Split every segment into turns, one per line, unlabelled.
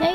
哎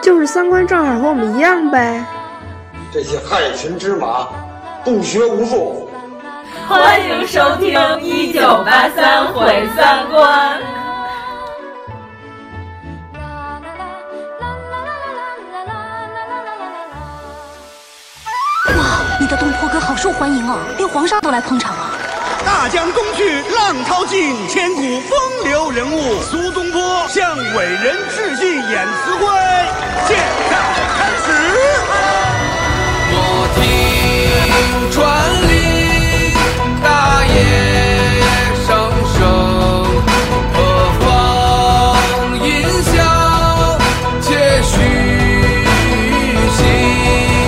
就是三观正好和我们一样 呗。
这些害群之马，不学无术。
欢迎收听《一九八三毁三观》。
你的东坡哥好受欢迎哦，连皇上都来捧场了、啊。
大江东去，浪淘尽，千古风流人物苏东坡向伟人致敬演词汇。现在开始。
莫听船离大雁声声，何妨吟啸且徐行。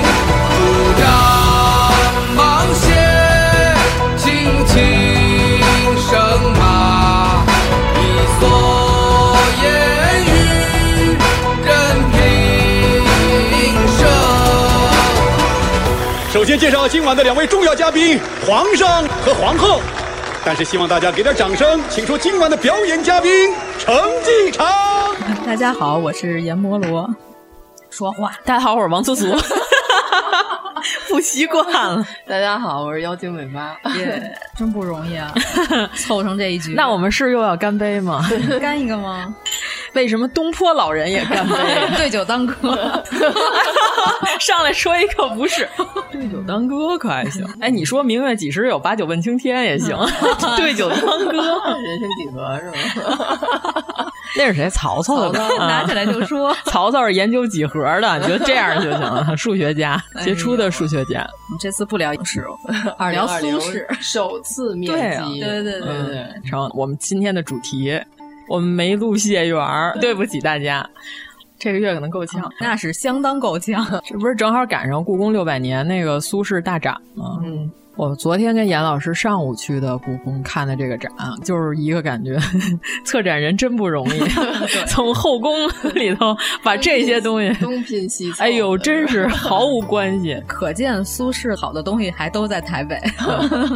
首先介绍今晚的两位重要嘉宾，皇上和皇后。但是希望大家给点掌声，请出今晚的表演嘉宾程继昌。
大家好，我是阎摩罗。
说话。
大家好，我是王苏 苏。不习惯了。
大家好，我是妖精尾巴，
耶、yeah,，真不容易 啊，凑成这一局。
那我们是又要干杯吗？
干一个吗？
为什么东坡老人也干杯？啊
对酒当歌，
上来说一个不 是，
对酒当歌可还行？
哎，你说明月几时有，把酒问青天也行， 对酒 当歌，
人生几何是吗？
那是谁？曹操的，啊
拿起来就说。
曹操是研究几何的，你就这样 就行了。数学家，杰出的数学家。
哎我们这次不聊影 视，而聊苏轼，
首次面
基。对对对对。
然啊嗯后我们今天的主题，我们没录谢园儿，对不起大家，这个月可能够呛。
那是相当啊够呛。
这不是正好赶上故宫六百年那个苏轼大展吗？嗯。我昨天跟严老师上午去的故宫看的这个展，就是一个感觉， 策展人真不容易，从后宫里头把这些东西
东拼西凑，
哎 呦，真是毫无关系。
可见苏轼好的东西还都在台北。
嗯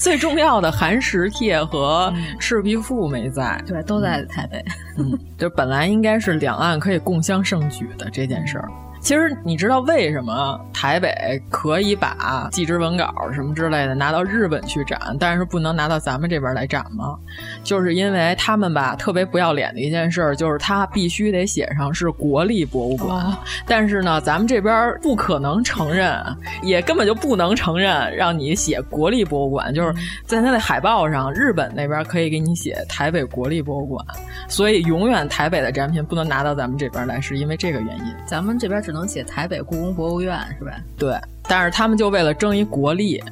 最重要的《寒食帖》和《赤壁赋》没在，
嗯对，都在台北。
嗯，就本来应该是两岸可以共襄盛举的这件事儿。其实你知道为什么台北可以把祭侄文稿什么之类的拿到日本去展，但是不能拿到咱们这边来展吗？就是因为他们吧特别不要脸的一件事，就是他必须得写上是国立博物馆，哦、但是呢，咱们这边不可能承认，也根本就不能承认让你写国立博物馆，就是在它的海报上，日本那边可以给你写台北国立博物馆，所以永远台北的展品不能拿到咱们这边来，是因为这个原因。
咱们这边只。能写台北故宫博物院是吧？
对，但是他们就为了争一国力，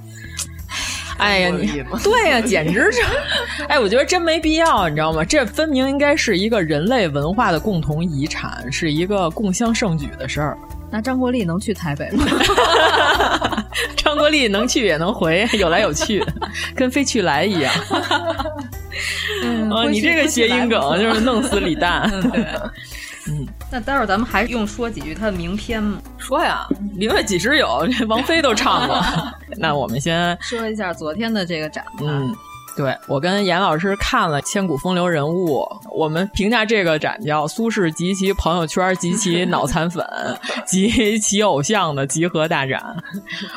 哎呀，你 对呀、啊，简直是， 哎，我觉得真没必要，你知道吗？这分明应该是一个人类文化的共同遗产，是一个共襄盛举的事儿。
那张国立能去台北吗？
张国立能去也能回，有来有去，跟飞去来一样。哦
嗯、啊，
你这个谐音梗就是弄死李诞。
对嗯， 那待会儿咱们还用说几句他的名篇吗？
说呀，《明月几时有》这王菲都 唱过。那我们先
说一下昨天的这个展。
嗯，对我跟严老师看了《千古风流人物》，我们评价这个展叫“苏轼及其朋友圈及其脑残粉及其偶像的集合大展”。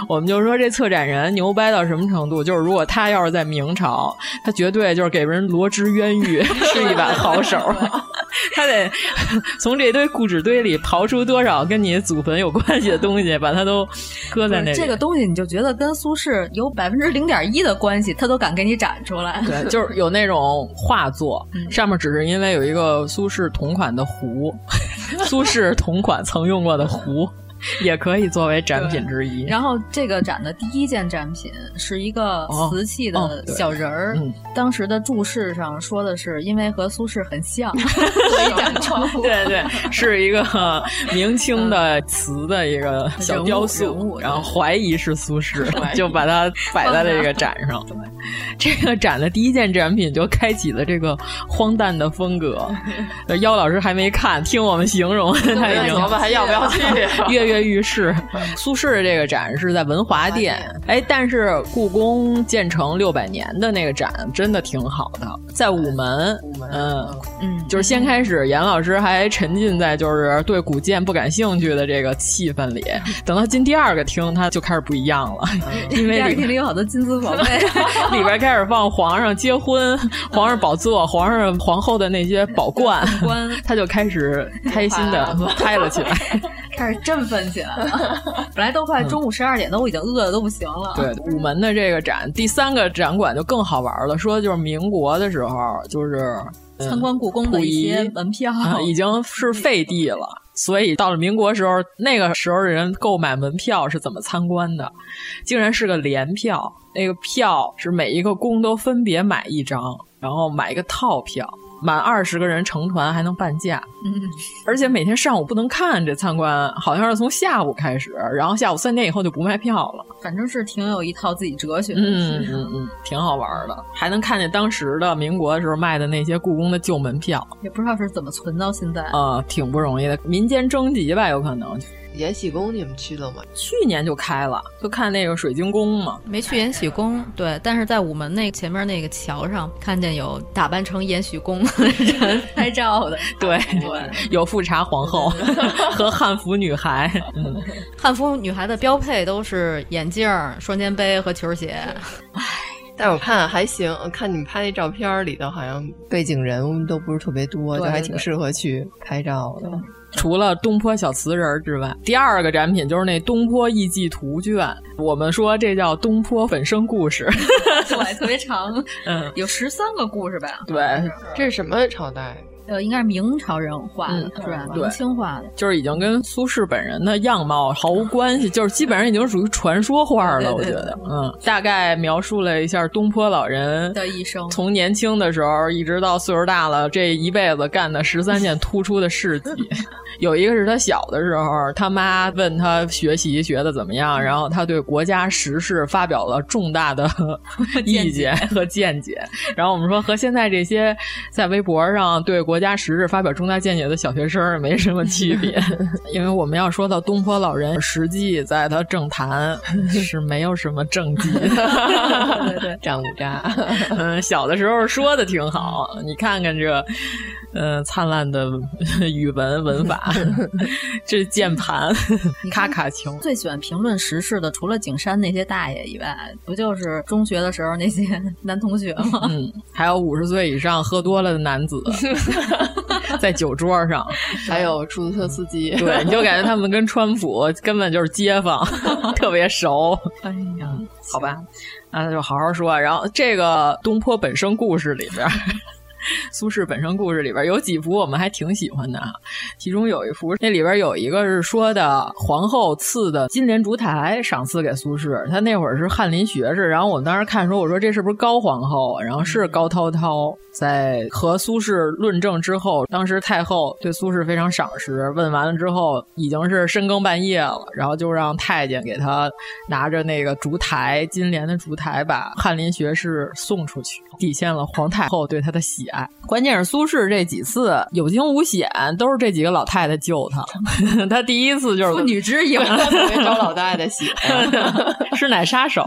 我们就说这策展人牛掰到什么程度？就是如果他要是在明朝，他绝对就是给人罗织冤狱， 是一把好手。 他得从这堆固纸堆里刨出多少跟你祖坟有关系的东西，把它都搁在那里。
这个东西你就觉得跟苏轼有百分之零点一的关系，他都敢给你展出来。
对， 就是有那种画作，
嗯
上面只是因为有一个苏轼同款的壶，苏轼同款曾用过的壶。也可以作为展品之一。
然后这个展的第一件展品是一个
哦
瓷器的小人儿、
哦哦嗯，
当时的注释上说的是因为和苏轼很 像，所以展出。
对对，是一 个明清的瓷的一个小雕塑，然后怀疑是苏轼，就把它摆在这个展上。这个展的第一件展品就开启了这个荒诞的风格。呃妖老师还没看，听我们形容，他已经
还要不要去？
跃跃欲试。苏轼的这个展是在啊嗯文华殿，哎，但是故宫建成六百年的那个展真的挺好的，在午门。嗯嗯，就是先开始，严老师还沉浸在就是对古建不感兴趣的这个气氛里，等到进第二个厅，他就开始不一样了，因
嗯
为
第二厅里有好多金丝宝贝，
里边开始放皇上结婚、皇上宝座、皇上皇后的那些宝冠，他就开始开心的嗨了起来。
开始振奋起来了， 本来都快中午十二点了，我已经饿的都不行了。
对，午门的这个展，第三个展馆就更好玩了，说就是民国的时候，就是
参观故宫的一些门票、
哦
嗯、已经是废地了。所以到了民国时候，那个时候人购买门票是怎么参观的？竟然是个联票，那个票是每一个宫都分别买一张，然后买一个套票。满二十个人乘船还能半价，
嗯，
而且每天上午不能看这参观，好像是从下午开始，然后下午三点以后就不卖票了。
反正是挺有一套自己哲学的，
嗯嗯嗯，挺好玩的，还能看见当时的民国的时候卖的那些故宫的旧门票，
也不知道是怎么存到现在
啊、嗯，挺不容易的，民间征集吧，有可能。
延禧宫你们去了吗？
去年就开了，就看那个水晶宫嘛。
没去延禧宫，对，但是在午门那前面那个桥上，看见有打扮成延禧宫的人拍照 的，
对，对有富察皇 后和汉服女孩。嗯，
汉服女孩的标配都是眼镜、双肩背和球鞋。唉。
但我看还行，看你们拍那照片里头，好像背景人物都不是特别多，
对对
对就还挺适合去拍照的。
除了东坡小瓷人之外，第二个展品就是那东坡艺伎图卷。我们说这叫东坡本生故事，
对，特别长，
嗯，
有十三个故事吧？
对，
这是什么朝代？
呃，应该是明朝人画的，
嗯、
是吧？明清画的，
就是已经跟苏轼本人的样貌毫无关系，就是基本上已经属于传说画
对
了。对对我觉得，嗯，大概描述了一下东坡老人
的一生，
从年轻的时候一直到岁数大了，这一辈子干的十三件突出的 事迹。有一个是他小的时候，他妈问他学习学的怎么样，然后他对国家时事发表了重 大的意见和见解。然后我们说，和现在这些在微博上对国家时事发表重大见解的小学生没什么区 别，因为我们要说到东坡老人，实际在他政 坛是没有什么政绩的，
对对 对，
渣不渣？
嗯，小的时候说的挺好，你看看这。嗯、呃，灿烂的语文文法，这键盘咔咔敲。
最喜欢评论时事的，除了景山那些大爷以外，不就是中学的时候那些 男同学吗？
嗯，还有五十岁以上喝多了的男子，在酒桌上，
还有出租车司机。
对，你就感觉他们跟川普根本就是街坊，特别熟。嗯
哎呀，
好吧，那就好好说。然后这个东坡本生故事里边。苏轼本身故事里边有几幅我们还挺喜欢的，啊其中有一幅那里边有一个是说的皇后赐的金莲烛台赏赐给苏轼，他那会儿是翰林学士，然后我们当时看说我说这是不是高皇后？然后是高涛涛在和苏轼论证之后，当时太后对苏轼非常赏识，问完了之后已经是深更半夜了，然后就让太监给他拿着那个烛台金莲的烛台把翰林学士送出去，体现了皇太后对他的喜爱。关键是苏轼这几次有惊无险，都是这几个老太太救他。 他第一次就是
妇女之友，
招老太太喜欢，
师奶杀手。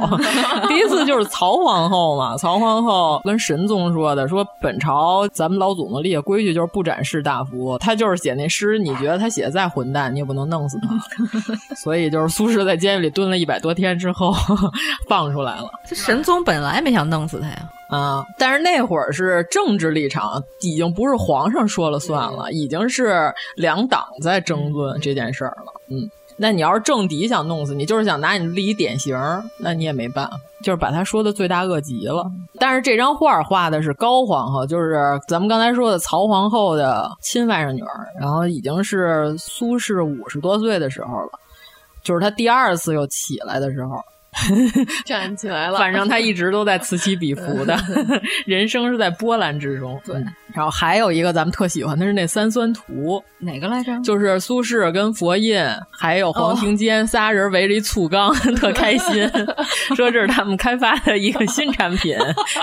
第一次就是曹皇后嘛，曹皇后跟神宗说的，说本朝咱们老祖宗立的规矩就是不展示大夫。他就是写那诗，你觉得他写的再混蛋，你也不能弄死他。 所以就是苏轼在监狱里蹲了一百多天之后 放出来了。
这神宗本来没想弄死他呀。
啊、嗯！但是那会儿是政治立场，已经不是皇上说了算了，已经是两党在争论这件事儿了。嗯，那你要是政敌想弄死你，就是想拿你立一典型，那你也没办法，就是把他说的罪大恶极了。但是这张画画的是高皇后，就是咱们刚才说的曹皇后的亲外甥女儿，然后已经是苏轼五十多岁的时候了。就是他第二次又起来的时候，
站起来了。
反正他一直都在此起彼伏的， 人生是在波澜之中。嗯
对，
然后还有一个咱们特喜欢的是那三酸图，
哪个来着？
就是苏轼跟佛印还有黄庭
哦
坚 仨人围着一醋缸，特开心， 说这是他们开发的一个新产品，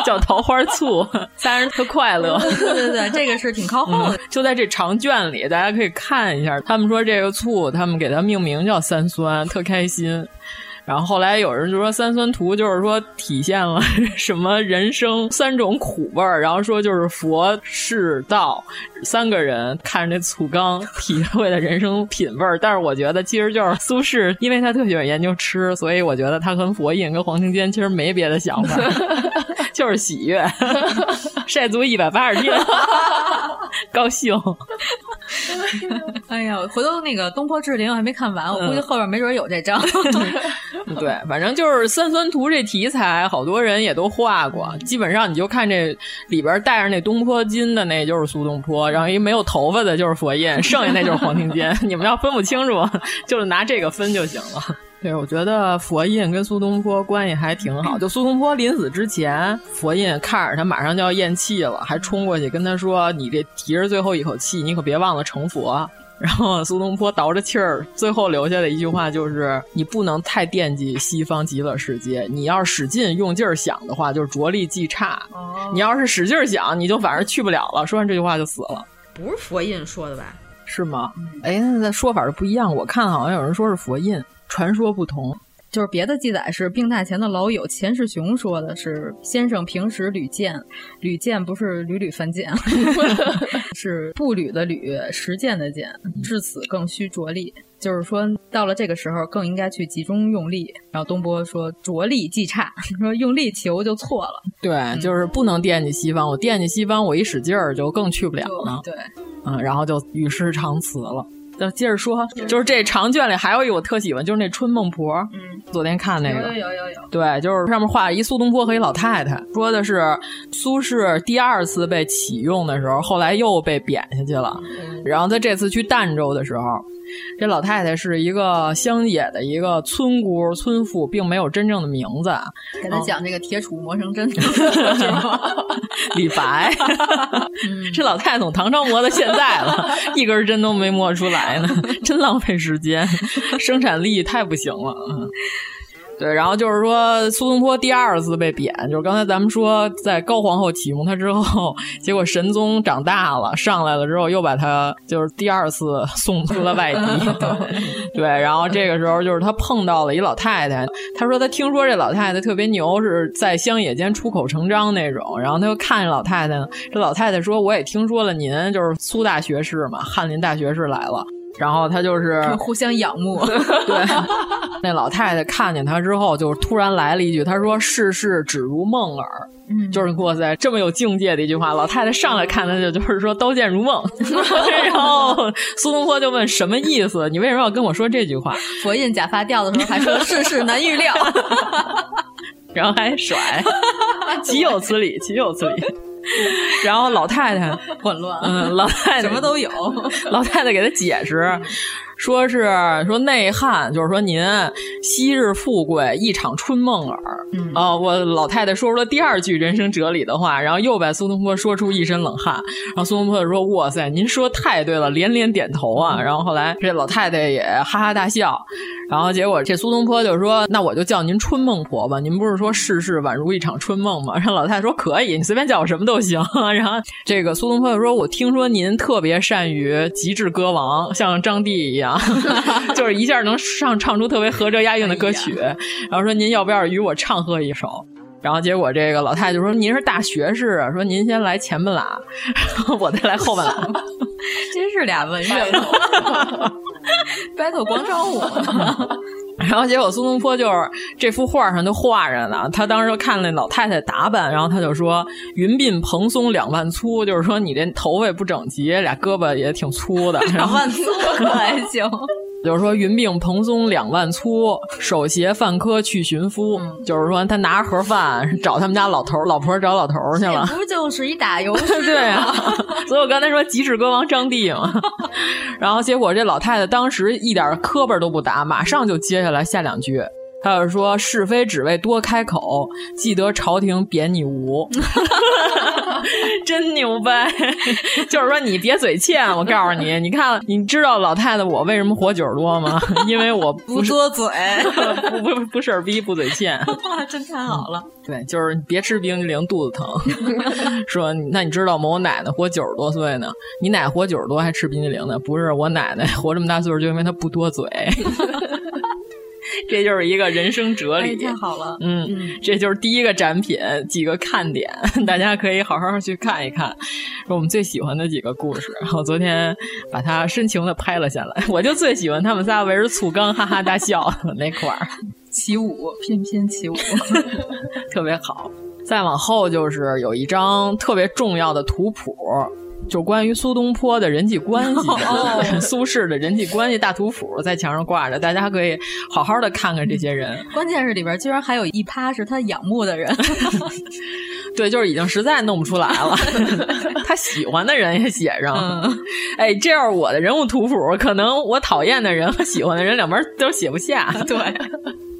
叫桃花醋，仨人特快乐。
对对对，这个是挺靠后的。
嗯就在这长卷里，大家可以看一下，他们说这个醋，他们给它命名叫三酸，特开心。然后后来有人就说三酸图就是说体现了 什么人生三种苦味儿，然后说就是佛世道三个人看着那醋缸体会的人生品味儿。但是我觉得其实就是苏轼，因为他特喜欢研究吃，所以我觉得他跟佛印跟黄庭坚其实没别的想法， 就是喜悦， 晒足一百八十天， 高兴。
哎呀，回头那个《东坡志林》我还没看完，我估计后边没准有这章。
对，反正就是三酸图这题材，好多人也都画过。基本上你就看这里边带着那东坡巾的，那就是苏东坡；然后一没有头发的，就是佛印，剩下那就是黄庭坚。 你们要分不清楚， 就是拿这个分就行了。对，我觉得佛印跟苏东坡关系还挺好。就苏东坡临死之前，佛印看着他马上就要咽气了，还冲过去跟他说：“你这提着最后一口气，你可别忘了成佛。”然后苏东坡倒着气儿，最后留下的一句话就是：“你不能太惦记西方极乐世界，你要是使劲用劲儿想的话，就是着力即差；
哦
你要是使劲儿想，你就反而去不了了。”说完这句话就死了，
不是佛印说的吧？嗯
是吗？哎，那那说法儿不一样。我看好像有人说是佛印，传说不同。
就是别的记载是病榻前的老友钱世雄说的是，先生平时屡见，屡见不是屡屡犯贱， 是步履的履，实践的践，至此更需着力。就是说，到了这个时候，更应该去集中用力。然后东坡说：“着力即差， 说用力求就错了。
对，就是不能惦记西方。我惦记西方，我一使劲儿就更去不了了。
对，
嗯，然后就与世长辞了。那接着说，就是这长卷里还有一我特喜欢，就是那春梦婆。
嗯，
昨天看那个，
有有有，
对，就是上面画了一苏东坡和一老太太，说的是苏轼第二次被启用的时候，后来又被贬下去了。
嗯
然后他这次去儋州的时候，这老太太是一个乡野的一个村姑、村妇，并没有真正的名字。啊
给他讲这个铁杵磨成针，
李白，这老太太从唐朝磨到现在了，一根针都没磨出来呢，真浪费时间，生产力太不行了。嗯对，然后就是说苏东坡第二次被贬，就是刚才咱们说，在高皇后启用他之后，结果神宗长大了，上来了之后又把他就是第二次送出了外地。对，然后这个时候就是他碰到了一老太太，他说他听说这老太太特别牛，是在乡野间出口成章那种，然后他就看见老太太，这老太太说我也听说了您就是苏大学士嘛，翰林大学士来了。然后他就是
互相仰慕。
对，那老太太看见他之后，就是突然来了一句，她说：“世事只如梦耳。”
嗯，
就是哇塞，这么有境界的一句话。老太太上来看他就就是说“刀剑如梦”， 然后苏东坡就问什么意思？你为什么要跟我说这句话？
佛印假发掉的时候还说世事难预料，
然后还甩， 极有此理，极有此理。然后老太太
混乱，
嗯，老太太
什么都有。嗯
老太太给他解释，说是说内汉，就是说您昔日富贵，一场春梦耳。
嗯
啊、我老太太说出了第二句人生哲理的话，然后又把苏东坡说出一身冷汗。然后苏东坡就说：“哇塞，您说太对了，连连点头
嗯
啊。”然后后来这老太太也哈哈大笑。然后结果这苏东坡就说：“那我就叫您春梦婆吧，您不是说世事宛如一场春梦吗？”然 后老太太说：“可以，你随便叫我什么都行。” 然后这个苏东坡就说：“我听说您特别善于极致歌王，像张帝一样， 就是一下能上唱出特别合辙押韵的歌曲。
哎
然后说您要不要与我唱和一首？”然后结果这个老太太就说：“您是大学士，啊说您先来前半拉， 然后我再来后半拉。”
真是俩文人 battle 广场舞。
然后结果苏东坡就是这幅画上就画着呢，他当时就看那老太太打扮，然后他就说云鬓蓬松两万粗，就是说你这头发也不整齐，俩胳膊也挺粗的，然
两
后
万粗可还行，
就是说云鬓蓬松两万粗，手携饭科去寻夫。
嗯
就是说他拿着盒饭找他们家老头儿老婆找老头儿去了。
不就是一打油诗
对啊，所以我刚才说极致歌王张帝嘛。然后结果这老太太当时一点磕巴都不打，马上就接下来下两句。她就说：“是非只为多开口，记得朝廷贬你无。” 真牛掰！就是说你别嘴欠，我告诉你，你看，你知道老太太我为什么活九十多吗？因为我不是
多嘴，
不不不事儿逼，不嘴欠。
哇，真太好了。
对，就是你别吃冰激凌 肚子疼。说，那你知道吗？我奶奶活九十多岁呢，你奶奶活九十多还吃冰激凌呢？不是，我奶 奶活这么大岁数，就因为她不多 嘴。 这就是一个人生哲理，
哎太好了。
嗯，这就是第一个展品几个看点， 大家可以好好去看一看，是我们最喜欢的几个故事。我昨天把它深情的拍了下来，我就最喜欢他们仨围着醋缸哈哈大笑 那块儿
起舞，翩翩起舞，
特别好。再往后就是有一张特别重要的图谱。就关于苏东坡的人际关系
哦
苏轼的人际关系大图谱在墙上挂着，大家可以好好的看看这些人。
关键是里边居然还有一趴是他仰慕的人，
对，就是已经实在弄不出来了， 他喜欢的人也写上。
嗯
哎，这要是我的人物图谱，可能我讨厌的人和喜欢的人两边都写不下。
对。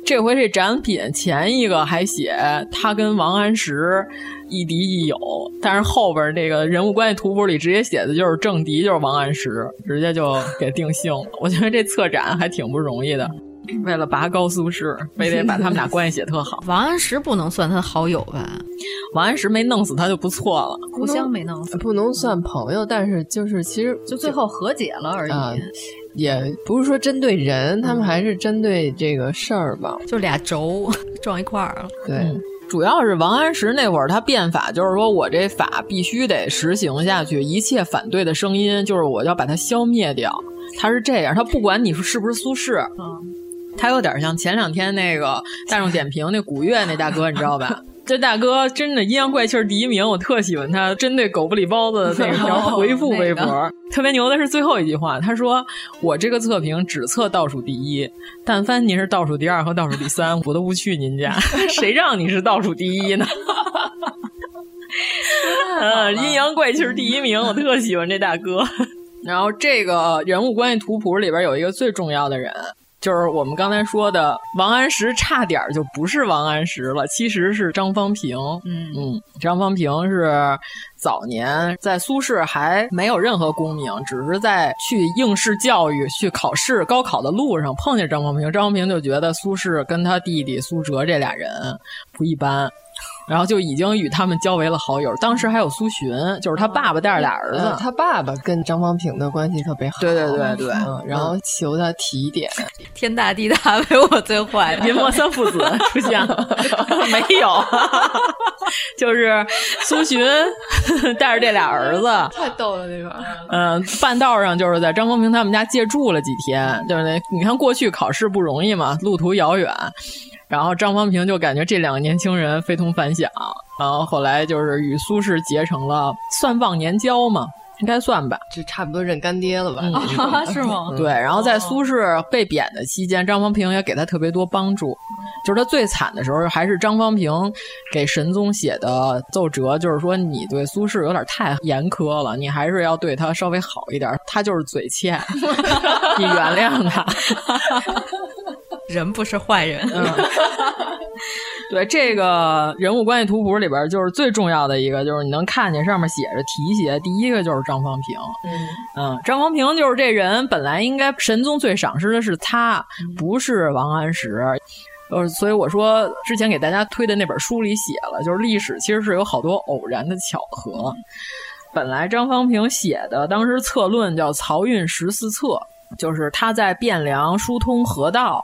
这回这展品前一个还写他跟王安石亦敌亦友，但是后边这个人物关系图谱里直接写的就是政敌就是王安石，直接就给定性了。我觉得这策展还挺不容易的， 为了拔高苏轼，非得把他们俩关系写特好。
王安石不能算他好友吧？
王安石没弄死他就不错了，
互相没弄死，
不能算朋友，但是就是其实
就最后和解了而已。
啊也不是说针对人，他们还是针对这个事儿吧。
就俩轴 撞一块儿了。
对。
嗯主要是王安石那会儿，他变法就是说我这法必须得实行下去，一切反对的声音就是我要把它消灭掉。他是这样，他不管你是不是苏轼，
嗯
他有点像前两天那个大众点评那古月那大哥，你知 道吧？这大哥真的阴阳怪气儿第一名，我特喜欢他。针对狗不理包子的那条回复微博，
哦 那个
特别牛的是最后一句话，他说：“我这个测评只测倒数第一，但凡您是倒数第二和倒数第 三，我都不去您家，谁让你是倒数第 一呢？”啊嗯，阴阳怪气儿第一名，我特喜欢这大哥。嗯 然后这个人物关系图谱里边有一个最重要的人，就是我们刚才说的王安石，差点就不是王安石了，其实是张方平。
嗯
嗯，张方平是早年在苏轼还没有任何功名，只是在去应试教育、去考试、高考的路上碰见张方平，张方平就觉得苏轼跟他弟弟苏辙这俩人不一般。然后就已经与他们交为了好友，当时还有苏洵，就是他爸爸带着俩儿子，
呃哦他爸爸跟张方平的关系特别好，
对对对对
嗯，然后求他 提点，
天大地大，唯我最坏。
林默三父子出现了， 没有，就是苏洵 带着这俩儿子，
太逗了那个。
嗯，半道上就是在张公平他们家借住了几天，就是那你看过去考试不容易嘛，路途遥远，然后张方平就感觉这两个年轻人非同凡响，然后后来就是与苏轼结成了算忘年交嘛，应该算吧。嗯
就差不多认干爹了吧？
啊， 是吗？哦
对，然后在苏轼被贬的期间，张方平也给他特别多帮助。就是他最惨的时候，还是张方平给神宗写的奏折，就是说你对苏轼有点太严苛了，你还是要对他稍微好一点。他就是嘴欠， 你原谅他。 嗯
人不是坏人，
对这个人物关系图谱里边，就是最重要的一个，就是你能看见上面写着提携，第一个就是张方平。嗯，张方平就是这人，本来应该神宗最赏识的是他，
嗯
不是王安石。呃，所以我说之前给大家推的那本书里写了，就是历史其实是有好多偶然的巧合。本来张方平写的当时策论叫《漕运十四策》，就是他在汴梁疏通河道。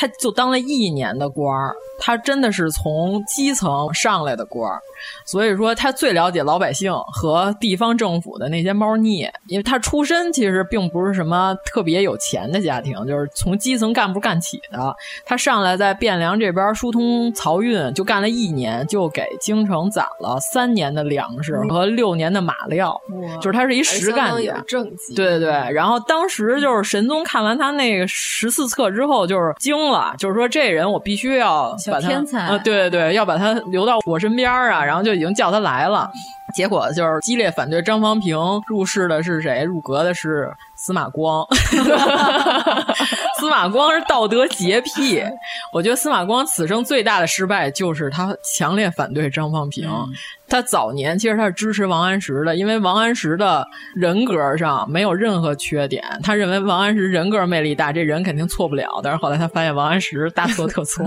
他就当了一年的官儿，他真的是从基层上来的官儿，所以说他最了解老百姓和地方政府的那些猫腻，因为他出身其实并不是什么特别有钱的家庭，就是从基层干部干起的。他上来在汴梁这边疏通漕运，就干了一年，就给京城攒了三年的粮食和六年的马料，就是他是一实干
嗯相当有
家。
政绩。
对对对，然后当时就是神宗看完他那个十四册之后，就是惊了，就是说这人我必须要把他，
天才
呃对对对，要把他留到我身边儿啊，然后就已经叫他来了。结果就是激烈反对张方平入仕的是谁？入阁的是司马光。 司马光是道德洁癖，我觉得司马光此生最大的失败就是他强烈反对张方平。他早年其实他是支持王安石的，因为王安石的人格上没有任何缺点，他认为王安石人格魅力大，这人肯定错不了。但是后来他发现王安石大错特 错，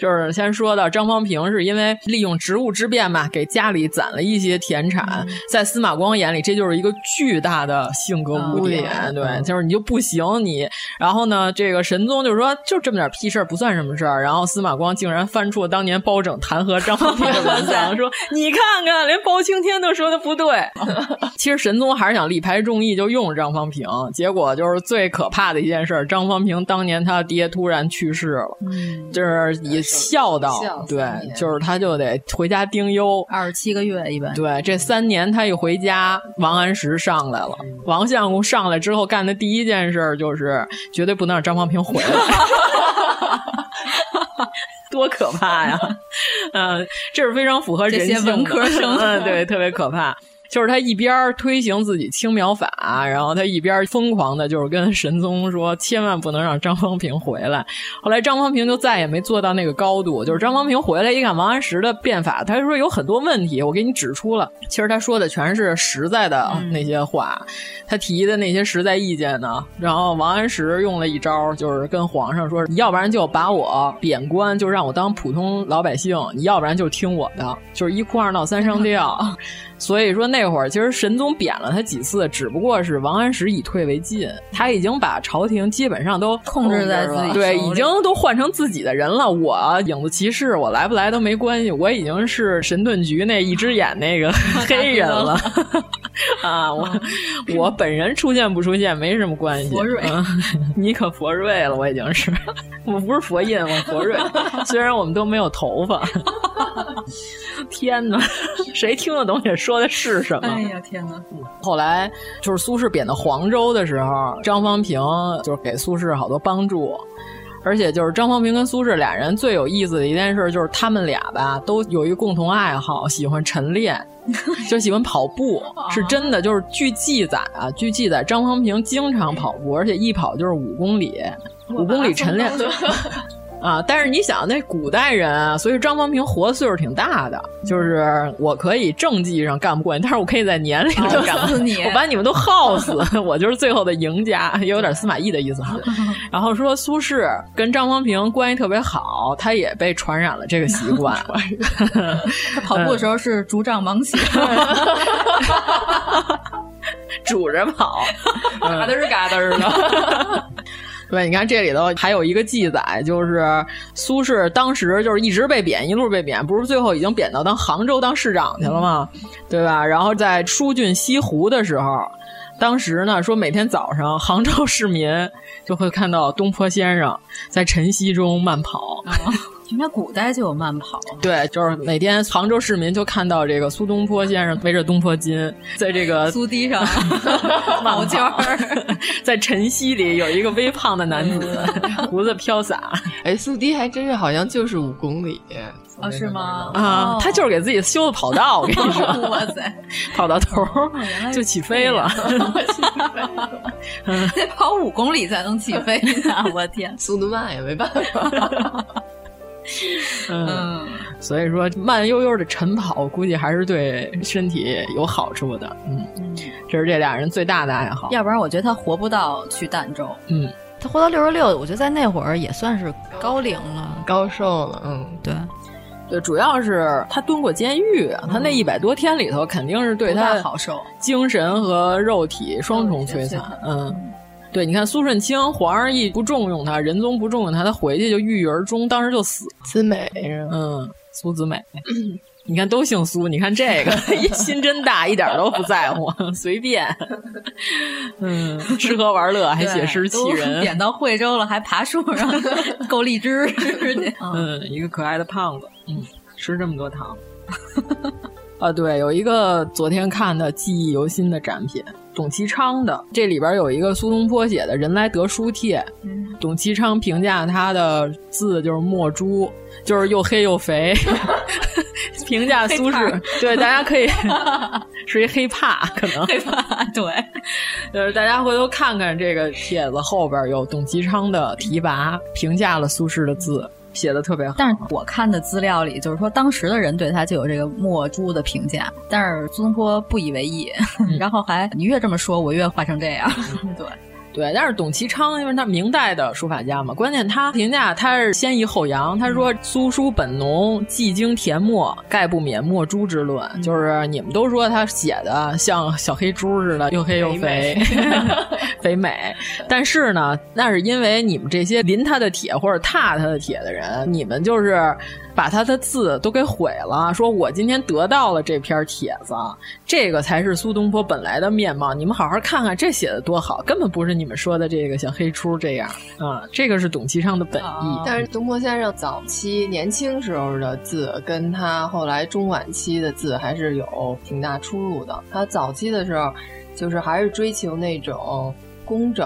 就是先说到张方平是因为利用职务之便嘛，给家里攒了一些田产，在司马光眼里这就是一个巨大的性格嗯污点，对，就是你就不行你。然后呢，这个神宗就说就这么点屁事儿不算什么事儿，然后司马光竟然翻出了当年包拯弹劾张方平的文章，说你看看连包青天都说的不对。 其实神宗还是想力排众议，就用张方平，结果就是最可怕的一件事儿，张方平当年他爹突然去世了。就是以孝道
孝，
对，就是他就得回家丁忧，
二十七个月一般。
对，这三年他一回家，王安石上来了，
嗯
王相公上来之后干的第一件事儿就是绝对不能让张方平回 来。多可怕呀！嗯，这是非常符合人性的
这些文科生
嗯，对，特别可怕。就是他一边儿推行自己青苗法，然后他一边儿疯狂的，就是跟神宗说，千万不能让张方平回来。后来张方平就再也没做到那个高度，就是张方平回来一看王安石的变法，他说有很多问题，我给你指出了。其实他说的全是实在的那些话，他提的那些实在意见呢。然后王安石用了一招，就是跟皇上说，你要不然就把我贬官，就让我当普通老百姓；你要不然就听我的，就是一哭二闹三上吊。所以说那会儿其实神宗贬了他几次，只不过是王安石以退为进，他已经把朝廷基本上都控
制在自己
对，
手里
已经都换成自己的人了。我影子骑士，我来不来都没关系，我已经是神盾局那一只眼那个 黑人了 啊！我我本人出现不出现没什么关系。
嗯佛瑞
嗯你可佛瑞了，我已经是， 我不是佛印，我佛瑞。虽然我们都没有头发， 天哪，谁听得懂这说的是什 么？
哎呀天哪！
后来就是苏轼贬到黄州的时候，张方平就是给苏轼好多帮助。而且就是张方平跟苏轼俩人最有意思的一件事，就是他们俩吧都有一个共同爱好，喜欢晨练， 就喜欢跑步，是真的。就是据记载啊，据记载，张方平经常跑步，而且一跑就是五公里，五公里晨练。 啊，但是你想，那古代人啊，所以张方平活的岁数挺大的，就是我可以政绩上干不过你，但是我可以在年龄
啊
上干不过
死你
我把你们都耗死， 我就是最后的赢家，也有点司马懿的意思哈。然后说苏轼跟张方平关系特别好，他也被传染了这个习惯。
他跑
嗯
步的时候是竹杖芒鞋，
拄着跑， 嘎噔儿嘎噔儿的。 对，你看这里头还有一个记载，就是苏轼当时就是一直被贬，一路被贬，不是最后已经贬到当杭州当市长去了吗？对吧？然后在疏浚西湖的时候，当时呢说每天早上杭州市民就会看到东坡先生在晨曦中慢跑，
人家古代就有慢跑，
对，就是每天杭州市民就看到这个苏东坡先生围着东坡巾，在这个
苏堤 上
呃跑
毛尖儿，
在晨曦里有一个微胖的男子， 胡子飘洒
哎，速滴还真是好像就是五公里
啊是吗？哦
啊，
哦
他就是给自己修的跑道，我跟你 说，
哇塞，
跑到头儿
原来
就起飞了。
得跑五公里才能 起飞呢！我天，
速度慢也没办法。
嗯，所以说慢悠悠的晨跑，估计还是对身体有好处的。嗯，这是这俩人最大的爱好。
要不然我觉得他活不到去儋州。
嗯，
他活到六十六，我觉得在那会儿也算是高龄了。
高寿了，嗯，
对，
对，主要是他蹲过监狱，啊他那一百多天里头，肯定是对
不
他
大好受，
精神和肉体双重摧
嗯
残。嗯，对，你看苏舜清，皇上一不重用他，仁宗不重用他，他回去就郁郁而终，当时就死。
子美，
嗯，苏子 美，你看都姓苏，你看这个心真大，一点都不在乎， 随便，嗯，吃喝玩乐还写诗气
都
人，
点到惠州了，还爬树 上够荔枝去。
嗯，一个可爱的胖子，嗯，吃这么多糖。 啊，对，有一个昨天看的记忆犹新的展品，董其昌的，这里边有一个苏东坡写的《人来得书帖》，董其昌评价他的字就是墨猪，就是又黑又 肥，评价苏轼，对，大家可以 是一黑怕，可能
黑怕， 对，
就是大家回头看看这个帖子后边有董其昌的提拔，评价了苏轼的字。写的特别好，
但是我看的资料里，就是说当时的人对他就有这个墨猪的评价，但是苏东坡不以为意，
嗯
然后还你越这么说，我越画成这样。对，
对，但是董其昌因为他明代的书法家嘛，关键他评价他是先抑后扬，他说苏书本浓，既精填墨，概不免墨猪之论。就是你们都说他写的像小黑猪似的，又黑又肥，肥 美。但是呢，那是因为你们这些临他的帖或者踏他的帖的人，你们就是。把他的字都给毁了，说我今天得到了这篇帖子，这个才是苏东坡本来的面貌。你们好好看看，这写的多好，根本不是你们说的这个像黑出这样啊、这个是董其昌的本意。
但是东坡先生早期年轻时候的字，跟他后来中晚期的字还是有挺大出入的。他早期的时候，就是还是追求那种工整、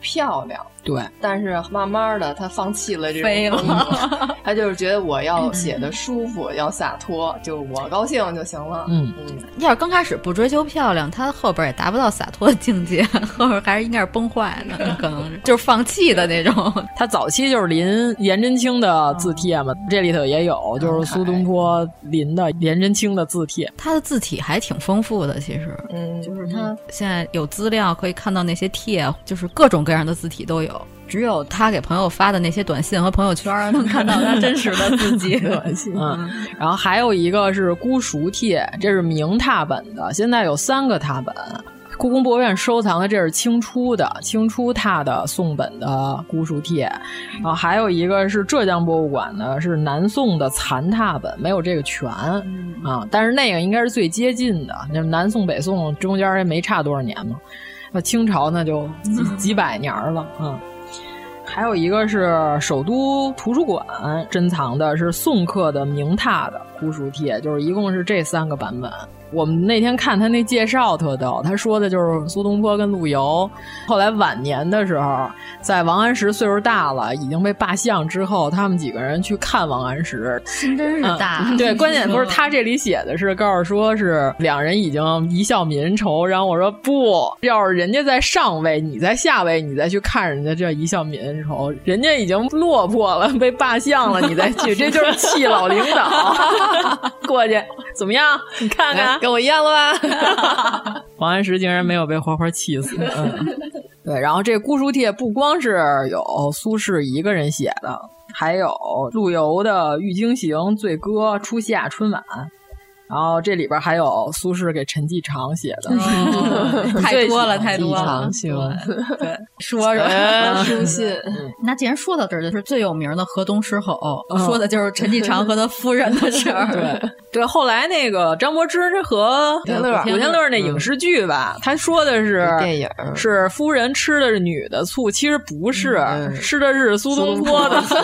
漂亮。
对，
但是慢慢的，他放弃了这
飞
种
了
工作，他就是觉得我要写
嗯
的舒服，要洒脱，就我高兴就行了。
嗯
要是刚开始不追求漂亮，他后边也达不到洒脱的境界， 后边还是应该是崩坏的，可能是就是放弃的那种。
他早期就是临颜真卿的字帖嘛，这里头也有，就是苏东坡临的颜真卿的字帖。
他的字体还挺丰富的，其实
嗯，
就是他
现在有资料可以看到那些帖，就是各种各样的字体都有。只有他给朋友发的那些短信和朋友圈儿能看到他真实的 自己。
嗯，然后还有一个是孤熟帖，这是明拓本的，现在有三个拓本。故宫博物院收藏的这是清初的，清初拓的宋本的孤熟帖，然后还有一个是浙江博物馆的，是南宋的残拓本，没有这个全啊，但是那个应该是最接近的，那南宋北宋中间也没差多少年嘛，那清朝呢就几几百年了，嗯。还有一个是首都图书馆珍藏的是宋刻的明拓的孤书帖，就是一共是这三个版本。我们那天看他那介绍特逗，他说的就是苏东坡跟陆游，后来晚年的时候，在王安石岁数大了，已经被罢相之后，他们几个人去看王安石，
心真是大。
嗯 对，关键不是他这里写的是告诉说是两人已经一笑泯恩仇，然后我说不，要是人家在上位，你在下位，你再去看人家这一笑泯恩仇，人家已经落魄了，被罢相了，你再去，这就是气老领导。 过去怎么样？你看看，
哎跟我一样了吧？
王安石竟然没有被活活气死。嗯对，然后这孤书帖不光是有苏轼一个人写的，还有陆游的《玉京行》《醉歌》《初夏》《春晚》。然后这里边还有苏轼给陈继常写的，
嗯
太多了，太多
异
了
啊
常。性，
对，说说。
哎
嗯
书信，
那既然说到这儿，就是最有名的河东狮吼，
嗯
说的就是陈继常和他夫人的事 儿。
对对，后来那个张柏芝和古
天乐
古天乐那影视剧吧，他说的是
有电影儿
是夫人吃的是女的醋，其实不是，
嗯
吃的是苏东坡的醋。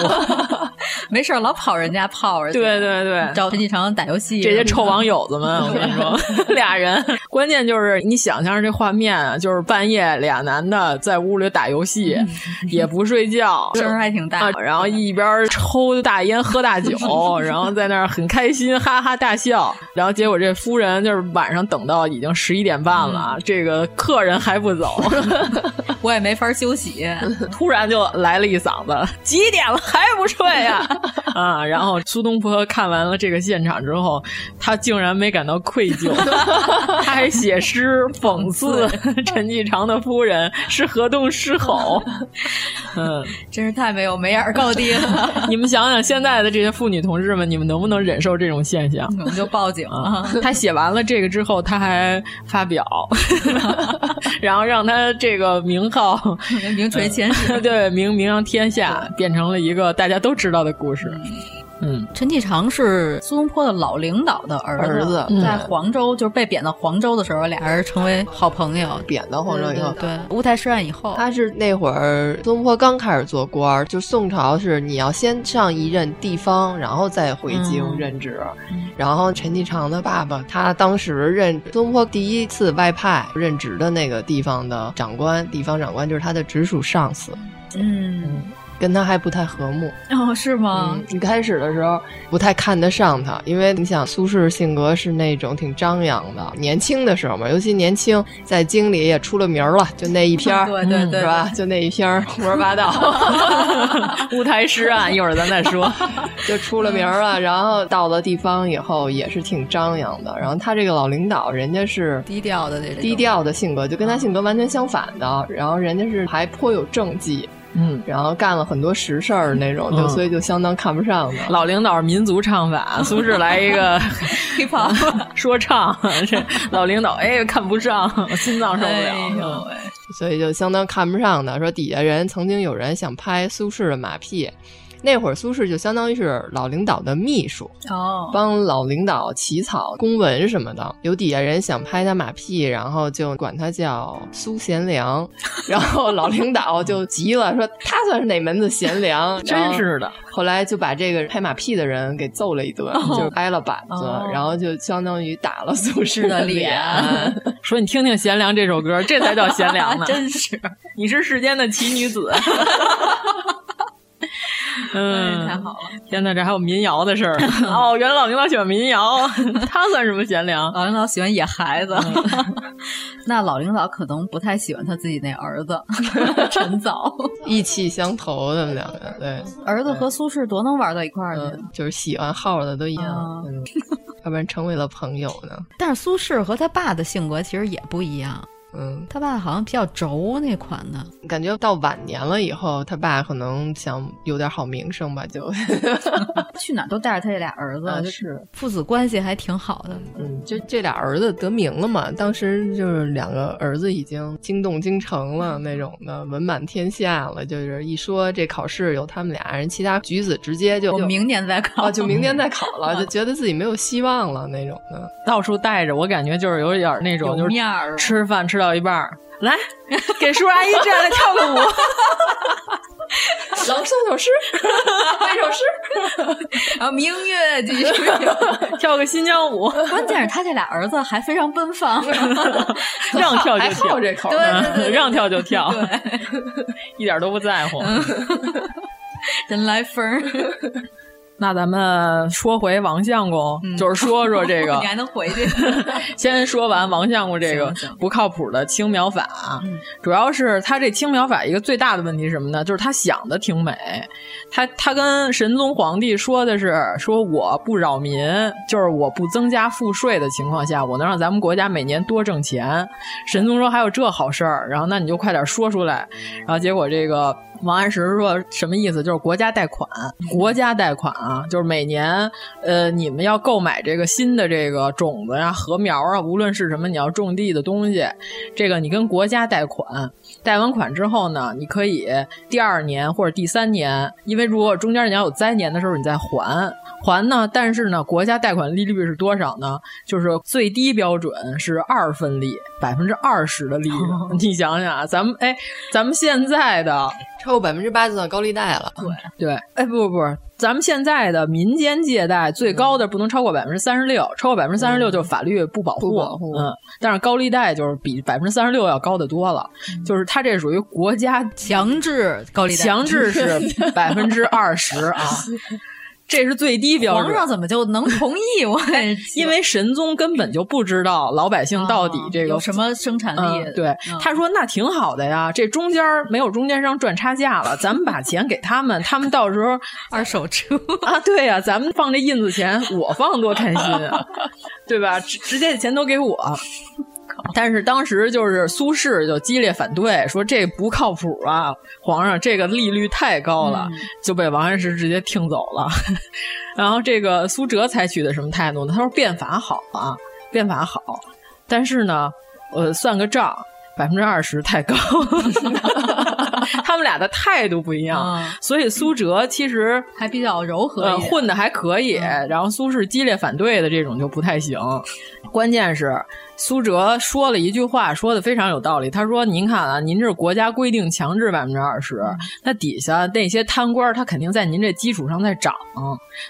没事儿，老跑人家泡着去。
对对对，
找陈继常打游戏，
这些臭网友 子们，我跟你说，俩人，关键就是你想象这画面啊，就是半夜俩男的在屋里打游戏，也不睡觉，
嗯 声儿还挺大
啊，，然后一边抽大烟喝大酒， 然后在那儿很开心，哈哈大笑。然后结果这夫人就是晚上等到已经十一点半了，啊
嗯
这个客人还不走，
我也没法休息。
突然就来了一嗓子：“几点了还不睡呀、 啊？”然后苏东坡看完了这个现场之后，他竟然没感到愧疚， 他还写诗讽刺 陈继常的夫人是河东狮吼。嗯，
真是太没有眉眼儿高低了，
你们想想现在的这些妇女同志们，你们能不能忍受这种现象？
我们就报警了。
他写 完了这个之后，他还发表，然后让他这个名号，
名垂千史，
对，名名扬天下，变成了一个大家都知道的故事。嗯，
陈继常是苏东坡的老领导的儿
儿子
子，在黄州就是被贬到黄州的时候，俩人成为好朋友。
贬到黄州以后
对对对乌台诗案以后，
他是那会儿苏东坡刚开始做官儿，就宋朝是你要先上一任地方，然后再回京任职。然后陈继常的爸爸，他当时任苏东坡第一次外派任职的那个地方的长官，地方长官就是他的直属上司，
嗯，
跟他还不太和睦。
哦，是吗？
嗯，一开始的时候不太看得上他，因为你想苏轼性格是那种挺张扬的，年轻的时候嘛，尤其年轻，在京里也出了名儿了，就那一 篇儿，
对对
嗯
对
是吧？就那一篇儿胡说八道，
乌台诗案，一会儿咱再说。
就出了名儿了。然后到了地方以后也是挺张扬的，然后他这个老领导，人家是
低调的这种
低调的性格，就跟他性格完全相反的，然后人家是还颇有政绩。
嗯，
然后干了很多实事儿那种，就
嗯
所以就相当看不上的。
老领导民族唱法，苏轼来一个
hip hop
说唱， 这老领导哎看不上，心脏受不了。
哎呦喂
所以就相当看不上的。说底下人曾经有人想拍苏轼的马屁，那会儿苏轼就相当于是老领导的秘书，
哦，。
帮老领导起草公文什么的。有底下人想拍他马屁，然后就管他叫苏 贤良，然后老领导就急了，说他算是哪门子贤良？
真是的。
后来就把这个拍马屁的人给揍了一顿，
哦
就挨了板子，
哦
然后就相当于打了苏轼的脸。
说你听听《贤良》这首歌，这才叫贤良 呢
真是，
你是世间的奇女子。嗯，
太好了！
天哪，这还有民谣的事儿 哦！原来老领导喜欢民 谣，他算什么贤良？
老领导喜欢野孩子，嗯 那老领导可能不太喜欢他自己那儿子 陈藻，
意气相投，他们两个对。
儿子和苏轼多能玩到一块儿
呃
去。
嗯，就是喜欢号的都一
啊
样，嗯要不然成为了朋友呢。
但是苏轼和他爸的性格其实也不一样，
嗯，
他爸好像比较轴那款的，
感觉到晚 年了以后，他爸可能想有点好名声吧，就
去哪儿都带着他这俩儿子，
啊
就是
父子关系还挺好的。
嗯，就这俩儿子得名了嘛。当时就是两个儿子已经惊动京城了那种的，文满天下了。就是一说这考试有他们俩人，其他举子直接就
我哦明年再考
啊，就明年再考 了，就觉得自己没有希望了那种的。
到处带着，我感觉就是有点儿那种，
有
就是
面儿
吃饭吃到一半儿， 来给叔叔
哎
阿姨站来跳个舞。
朗诵首诗，背首诗，
啊
然后明月几时 有？
跳个新疆 舞，
关键是他这俩儿子还非常奔放，
让跳就
还好
跳，
这口儿
呢对对对 对
让跳就跳，
对，
一点儿都不在乎。
嗯
人来疯儿，
那咱们说回王相公，
嗯
就是说说这个
你，还能回去？
先说完王相公这个
行行
不靠谱的青苗法，
嗯
主要是他这青苗法一个最大的问题是什么呢？就是他想的挺美，他他跟神宗皇帝说的是说我不扰民，就是我不增加赋税的情况下，我能让咱们国家每年多挣钱。神宗说还有这好事儿，然后那你就快点说出来。然后结果这个王安石说什么意思？就是国家贷款，国家贷款啊，就是每年呃你们要购买这个新的这个种子啊、禾苗啊，无论是什么你要种地的东西，这个你跟国家贷款，贷完款之后呢，你可以第二年或者第三年，因为如果中间你要有灾年的时候，你再还。还呢，但是呢，国家贷款利率是多少呢？就是最低标准是二分利，百分之二十的利率。 你想想啊，咱们哎，咱们现在的
超过百分之八就算高利贷了。
对，哎，不不不，咱们现在的民间借贷最高的不能超过百分之三十六，超过百分之三十六就是法律不保护。
不保护
嗯，但是高利贷就是比百分之三十六要高得多了，就是它这属于国家
强制高利贷，
强 制是百分之二十啊，这是最低标
皇
准。
上怎么就能同意 我？哎
因为神宗根本就不知道老百姓到
啊
底这个
啊有什么生产力？
嗯、对，他说那挺好的呀，这中间儿没有中间商赚差价了，咱们把钱给他们，他们到时候
二手车，
啊，对呀、咱们放这印子钱，我放多开心啊，对吧？直直接钱都给我。但是当时就是苏轼就激烈反对，说这不靠谱啊，皇上这个利率太高了，就被王安石直接听走了。 然后这个苏辙采取的什么态度呢？他说变法好啊，变法好，但是呢，呃，算个账，百分之二十太高， 他们俩的态度不一样，
嗯
所以苏辙其实
还比较柔和一
啊
呃
点，
混的还可以。然后苏轼激烈反对的这种就不太行。关键是苏辙说了一句话，说的非常有道理。他说：“您看啊，您这是国家规定强制百分之二十，那底下那些贪官儿他肯定在您这基础上在涨。”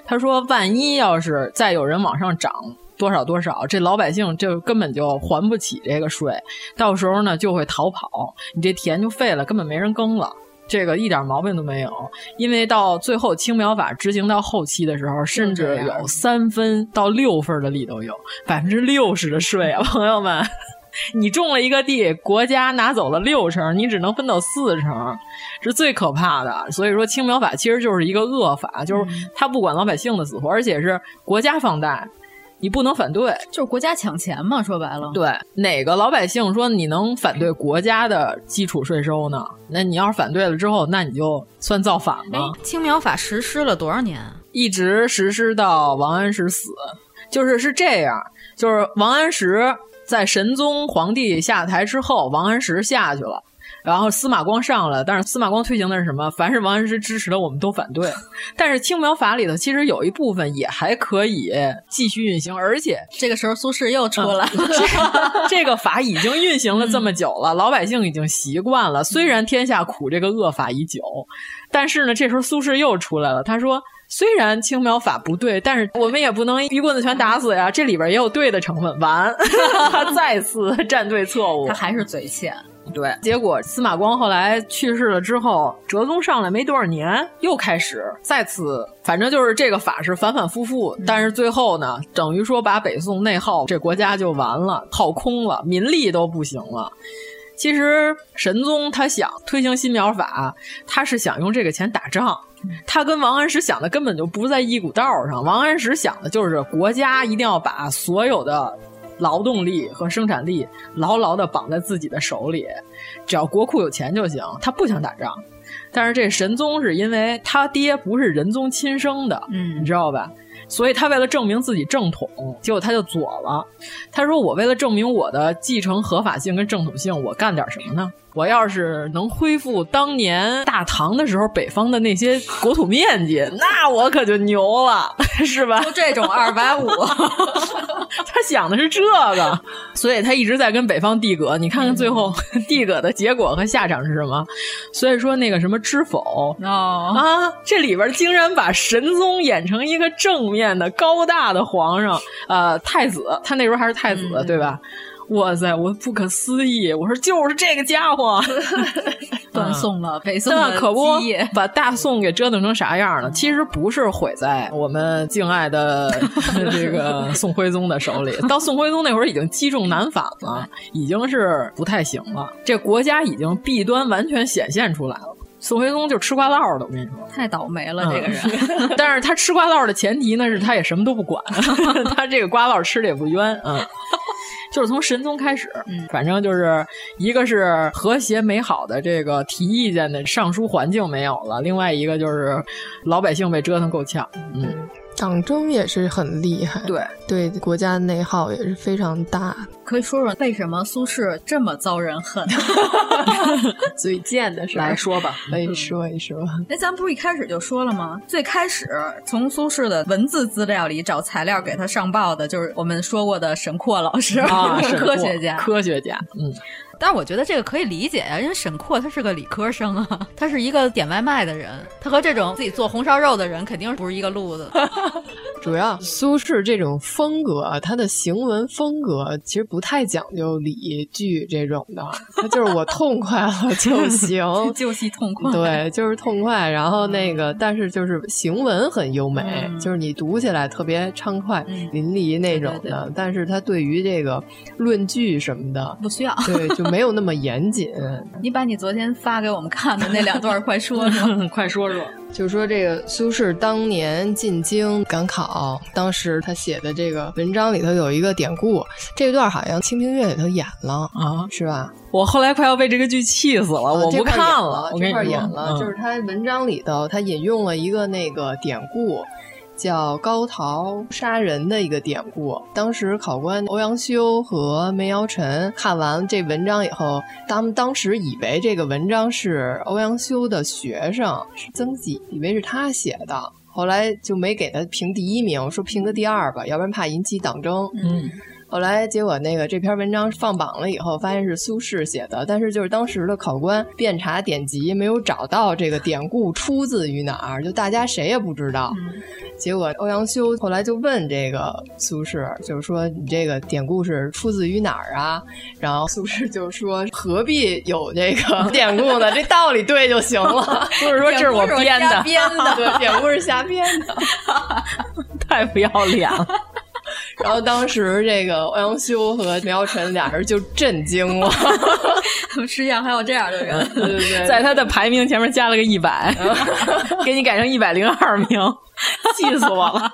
他说：“万一要是再有人往上涨。”多少多少，这老百姓就根本就还不起这个税，到时候呢就会逃跑，你这田就废了，根本没人耕了。这个一点毛病都没有，因为到最后青苗法执行到后期的时候，甚至有三分到六分的里头有百分之六十的税啊，朋友们。 你种了一个地，国家拿走了六成，你只能分到四成，是最可怕的。所以说，青苗法其实就是一个恶法，就是它不管老百姓的死活，而且是国家放贷，你不能反对，
就是国家抢钱嘛。说白了，
对哪个老百姓说你能反对国家的基础税收呢？那你要是反对了之后，那你就算造反
哎
了。
青苗法实施了多少年？
一直实施到王安石死，就是是这样，就是王安石在神宗皇帝下台之后，王安石下去了。然后司马光上了，但是司马光推行的是什么？凡是王安石支持的，我们都反对。但是青苗法里头其实有一部分也还可以继续运行，而且
这个时候苏轼又出来
了。 这个法已经运行了这么久了，老百姓已经习惯了。虽然天下苦这个恶法已久，但是呢，这时候苏轼又出来了，他说。虽然青苗法不对，但是我们也不能一棍子全打死呀，这里边也有对的成分。完， 再次站对错误，
他还是嘴欠。
对，结果司马光后来去世了之后，哲宗上来没多少年，又开始再次，反正就是这个法是反反复复，但是最后呢，等于说把北宋内耗，这国家就完了，耗空了，民力都不行了。其实神宗他想推行新苗法，他是想用这个钱打仗。他跟王安石想的根本就不在一股道上。王安石想的就是国家一定要把所有的劳动力和生产力牢牢的绑在自己的手里，只要国库有钱就行。他不想打仗，但是这神宗是因为他爹不是仁宗亲生的，嗯，你知道吧？所以他为了证明自己正统，结果他就左了。他说：“我为了证明我的继承合法性跟正统性，我干点什么呢？我要是能恢复当年大唐的时候北方的那些国土面积，那我可就牛了， 是吧？”
就这种250
他想的是这个，所以他一直在跟北方地葛。你看看最后、 地葛的结果和下场是什么？所以说那个什么知否、
哦
啊，这里边竟然把神宗演成一个正面的高大的皇上，呃，太子，他那时候还是太子，对吧？哇塞，我不可思议！我说就是这个家伙，嗯
断送了北宋
啊那
的
可不
基业。
把大宋给折腾成啥样了？其实不是毁在我们敬爱 的这个宋徽宗的手里，到宋徽宗那会儿已经积重难返了，已经是不太行了。这国家已经弊端完全显现出来了。宋徽宗就吃瓜烙的，我跟你说，
太倒霉
嗯
了，这个人。
人。但是他吃瓜烙的前提呢，是他也什么都不管， 他这个瓜烙吃的也不冤，嗯。 就是从神宗开始，反正就是一个是和谐美好的这个提意见的上书环境没有了，另外一个就是老百姓被折腾够呛。 嗯，
党争也是很厉害，
对
对，国家内耗也是非常大。
可以说说为什么苏轼这么遭人 恨？
嘴贱的事
来说
吧，哎
可以说 一说。
那咱不是一开始就说了吗？最开始从苏轼的文字资料里找材料给他上报的，就是我们说过的沈括老师，
啊，沈括
科学家。，
科学家，嗯，
但我觉得这个可以理解呀，因为沈括他是个理科生啊，他是一个点外卖的人，他和这种自己做红烧肉的人肯定不是一个路子。
主要苏轼这种风格，啊他的行文风格其实不太讲究理据这种的，他就是我痛快了就行
就是痛快。嗯
对，就是痛快。然后那个，但是就是行文很优美，就是你读起来特别畅快、
嗯
淋漓那种的。但是他对于这个论据什么的，
不需要
对，就没有那么严谨。
你把你昨天发给我们看的那两段儿快说说，
快说说。
就说这个苏轼当年进京赶考，当时他写的这个文章里头有一个典故，这段好像《清平乐》里头演了
啊，
是吧？
我后来快要被这个剧气死了，
哦
我
这
不
块
看
儿演
我
这
跟你
块
说，
儿演了，
嗯
就是他文章里头他引用了一个那个典故。
叫高陶杀人的一个典故。当时考官欧阳修和梅尧臣看完这文章以后，他们当时以为这个文章是欧阳修的学生是曾纪，以为是他写的，后来就没给他评第一名，说评个第二吧，要不然怕引起党争。
嗯。
后来结果那个这篇文章放榜了以后，发现是苏轼写的，但是就是当时的考官遍查典籍，没有找到这个典故出自于哪儿，就大家谁也不知道。结果欧阳修后来就问这个苏轼，就是说你这个典故是出自于哪儿啊？然后苏轼就说何必有这个 典故呢？这道理对就行了。
苏轼说这是我编的，
编 的对，典故是瞎编的，
太不要脸了。
然后当时这个欧阳修和苗耀臣俩人就震惊了，
世界上还有这样的人，
对对对，
在他的排名前面加了个一百， 给你改成一百零二 名，气死我了！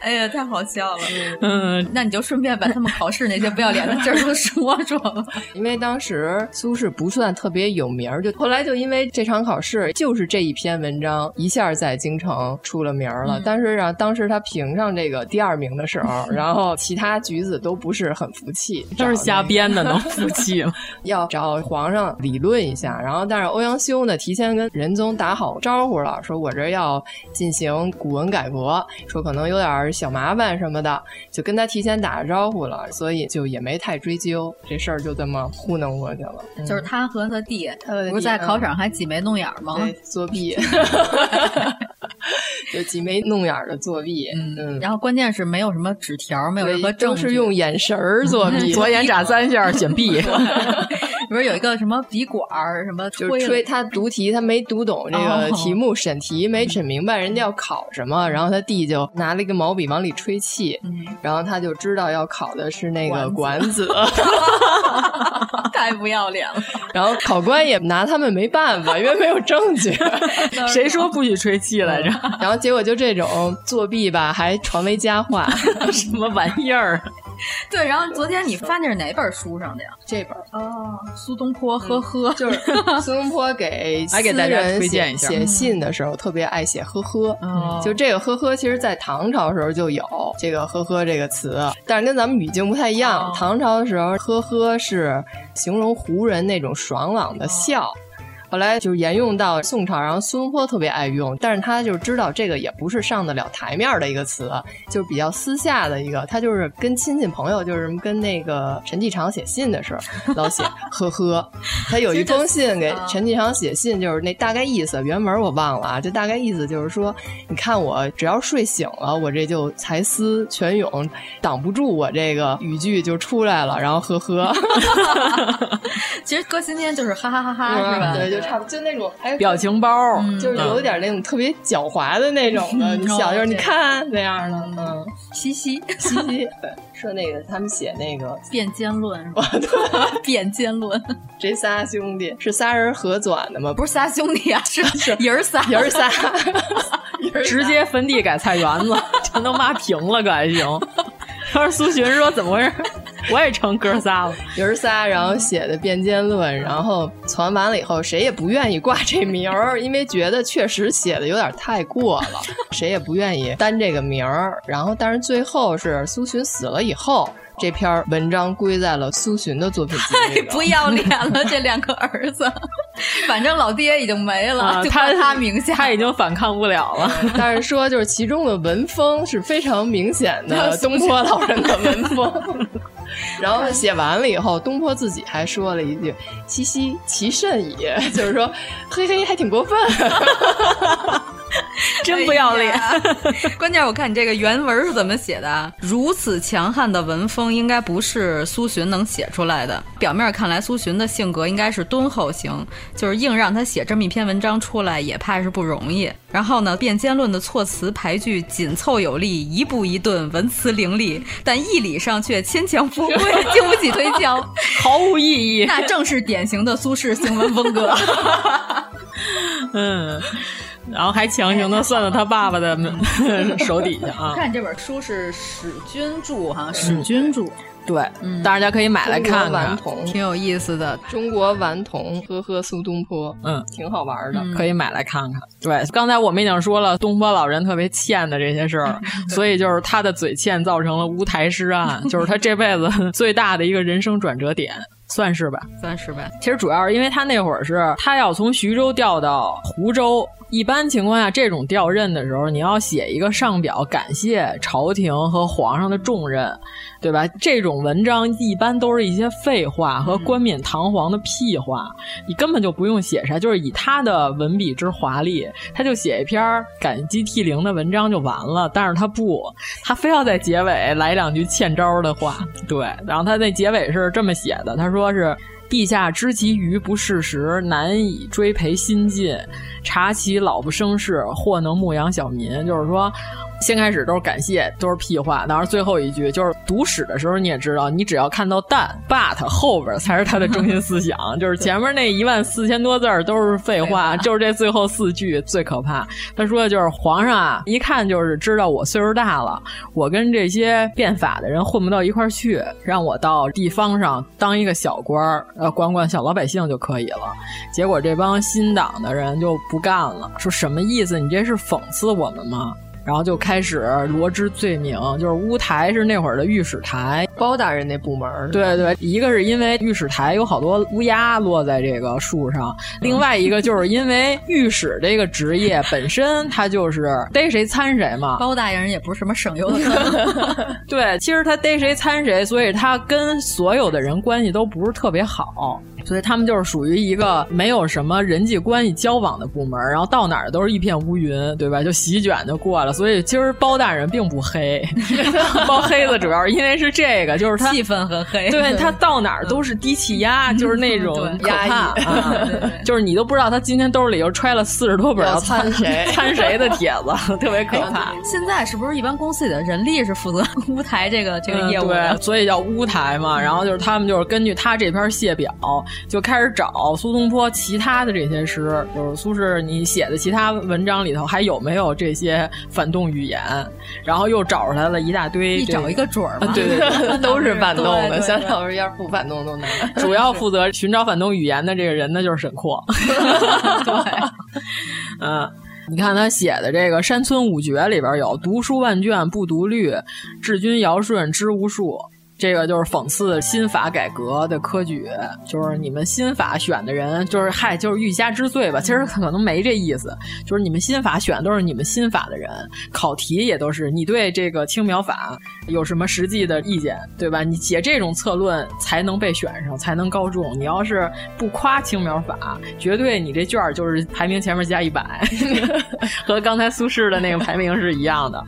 哎呀，太好笑了。
嗯，
那你就顺便把他们考试那些不要脸的劲儿都说说吧。
因为当时苏轼不算特别有名儿，就后来就因为这场考试，就是这一篇文章一下在京城出了名儿了。
嗯
但是让当时他评上这个第二名的时候，然后其他举子都不是很服气，
都是瞎编的，能服
气。
气吗？
要找皇上理论一下。然后，但是欧阳修呢，提前跟仁宗打好招呼了，说我这要进行古文改革，说可能有点小麻烦什么的，就跟他提前打个招呼了，所以就也没太追究这事儿，就这么糊弄过去了。嗯
就是他和他弟，
弟嗯
不是在考场还挤眉弄眼儿吗？
对作 弊，就挤眉弄眼儿的作弊。嗯，
然后关键是没有什么纸条，没有任何证
都
据，
是用眼神儿 作弊，
左眼眨三下，选 B。
不是有一个什么笔管儿什么
就是
吹
吹他读题，他没读懂这个
哦
题目，审题没审明白人家要考什么，然后他弟就拿了一个毛笔往里吹气，
嗯
然后他就知道要考的是那个管子，
太不要脸了。
然后考官也拿他们没办法，因为没有证 据，
谁说不许吹气来着？
然后结果就这种作弊吧，还传为佳话，
什么玩意儿？
对，然后昨天你翻的是哪本书上的呀？
这本
哦，苏东坡，呵呵，
嗯就是苏东坡给
还给大家
私人
推荐一下
写写信的时候特别爱写“呵呵”，
哦
嗯就这个“呵呵”，其实在唐朝时候就有这个“呵呵”这个词，但是跟咱们语境不太一样。唐朝的时候，“呵呵”是形容胡人那种爽朗的笑。后来就是沿用到宋朝，然后苏东坡特别爱用，但是他就知道这个也不是上得了台面的一个词，就是比较私下的一个。他就是跟亲戚朋友，就是跟那个陈继常写信的时候，老写呵呵。他有一封信
哦
给陈继常写信，就是那大概意思，原文我忘了啊，就大概意思就是说，你看我只要睡醒了，我这就才思泉涌，挡不住我这个语句就出来了，然后呵呵。
其实搁今天就是哈哈哈哈，
嗯
是吧？
对，就差不多就那种哎
表情包，嗯
就是有点那种特别狡猾的那种的，
嗯
你想就是
哦
你
对
看那样的，嗯，
嘻嘻
嘻嘻，对，说那个他们写那个
辩奸论是吧？ 辩奸论，
这仨兄弟是仨人合纂的吗？
不
不
是仨兄弟啊， 是爷儿仨，
是，爷儿 仨，
直接坟地改菜园子，全都抹平了，可还行？当时苏洵说怎么回事？我也成哥仨了，
爷儿仨，然后写的《辩奸论》，然后传完了以后，谁也不愿意挂这名儿，因为觉得确实写的有点太过了，谁也不愿意担这个名儿。然后，但是最后是苏洵死了以后，这篇儿文章归在了苏洵的作品集里
太
哎
了。
不要脸了，这两个儿 子，反正老爹已经没了，
啊
就
他
到他名下，
他已经反抗不了了。
嗯但是说就是其中的文风是非常明显的东坡老人的文 风。然后写完了以后，东坡自己还说了一句：“嘻嘻，其甚矣。”就是说，嘿嘿，还挺过分。
真不要脸
哎呀！ 关键我看你这个原文是怎么写的啊？如此强悍的文风，应该不是苏洵能写出来的。表面看来，苏洵的性格应该是敦厚型，就是硬让他写这么一篇文章出来，也怕是不容易。然后呢，辩奸论的措辞排句紧凑有力，一步一顿，文辞伶俐，但义理上却牵强 附会，经不起推敲，
毫无意义。
那正是典型的苏轼行文风格。
嗯， 然后还强行的算到他爸爸的 手底下啊。
看这本书是史君著哈，史君著，
对，
嗯
大家可以买来看啊看，
挺
有意思的。
中国顽童，呵呵，苏东坡，
嗯，
挺好玩的，
可以买来看看。对，刚才我们已经说了，东坡老人特别欠的这些事 儿，所以就是他的嘴欠造成了乌台诗案，就是他这辈子 最大的一个人生转折点。算是吧，
算是吧。
其实主要是因为他那会儿是他要从徐州调到湖州，一般情况下这种调任的时候，你要写一个上表感谢朝廷和皇上的重任，对吧？这种文章一般都是一些废话和冠冕堂皇的屁话，你根本就不用写啥，就是以他的文笔之华丽，他就写一篇感激涕零的文章就完了。但是他不，他非要在结尾来两句欠招的话，对。然后他那结尾是这么写的，他说。说是陛下知其愚不事实，难以追培新进；察其老不生事，或能牧养小民。就是说，先开始都是感谢，都是屁话，然后最后一句就是读史的时候你也知道，你只要看到但 but 后边才是他的中心思想，就是前面那一万四千多字儿都是废话，就是这最后四句最可怕。他说的就是皇上啊，一看就是知道我岁数大了，我跟这些变法的人混不到一块儿去，让我到地方上当一个。小官儿，呃，管管小老百姓就可以了。结果这帮新党的人就不干了，说什么意思？你这是讽刺我们吗？然后就开始罗织罪名，就是乌台是那会儿的御史台
包大人那部门。
对对，一个是因为御史台有好多乌鸦落在这个树上，另外一个就是因为御史这个职业本身他就是逮谁参谁嘛。
包大人也不是什么省油的
灯。对，其实他逮谁参谁，所以他跟所有的人关系都不是特别好。所以他们就是属于一个没有什么人际关系交往的部门，然后到哪儿都是一片乌云，对吧？就席卷就过了。所以今儿包大人并不黑， 包黑子主要是因为是这个，就是他
气氛很黑，
对他到哪儿都是低气压，就是
嗯
那种可怕，啊就是你都不知道他今天兜里又揣了四十多本
要参谁哎
参谁的帖 子，特别可怕。
现在是不是一般公司里的人力是负责 乌台这个这个业务？
嗯
嗯
对，所以叫乌台嘛。然后就是他们就是根据他这篇谢表。就开始找苏东坡其他的这些诗，就是苏轼你写的其他文章里头还有没有这些反动语言？然后又找出来了一大堆、
这个，一找一个准儿嘛，
啊对对，
都是反动的。
想
找人要是不反动都难。
主要负责寻找反动语言的这个人呢，就是沈 括。
对，
嗯。你看他写的这个《山村五绝》里边有“读书万卷不读绿，治君尧舜知无数”。这个就是讽刺新法改革的科举，就是你们新法选的人，就是嗨，就是欲加之罪吧。其实可能没这意思，就是你们新法选都是你们新法的人，考题也都是你对这个青苗法有什么实际的意见，对吧？你写这种策论才能被选上，才能高中。你要是不夸青苗法，绝对你这卷儿就是排名前面加一百，和刚才苏轼的那个排名是一样的，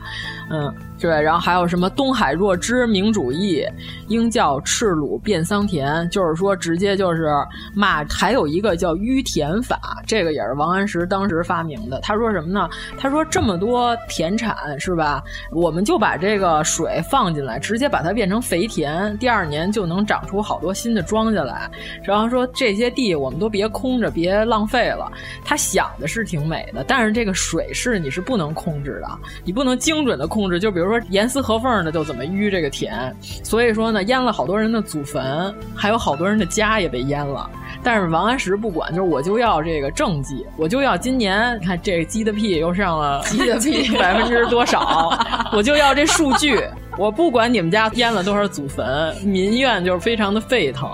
嗯。对，然后还有什么东海若知明主义，应叫赤鲁变桑田，就是说直接就是骂。还有一个叫淤田法，这个也是王安石当时发明的。他说什么呢？他说这么多田产是吧？我们就把这个水放进来，直接把它变成肥田，第二年就能长出好多新的庄稼来。然后说这些地我们都别空着，别浪费了。他想的是挺美的，但是这个水是你是不能控制的，你不能精准的控制，就比如。说严丝合缝的就怎么淤这个田，所以说呢，淹了好多人的祖坟，还有好多人的家也被淹了。但是王安石不管，就是我就要这个政绩，我就要今年看这个鸡的屁又上了
鸡的 屁
百分之多少，我就要这数据，我不管你们家淹了多少祖坟，民怨就是非常的沸腾。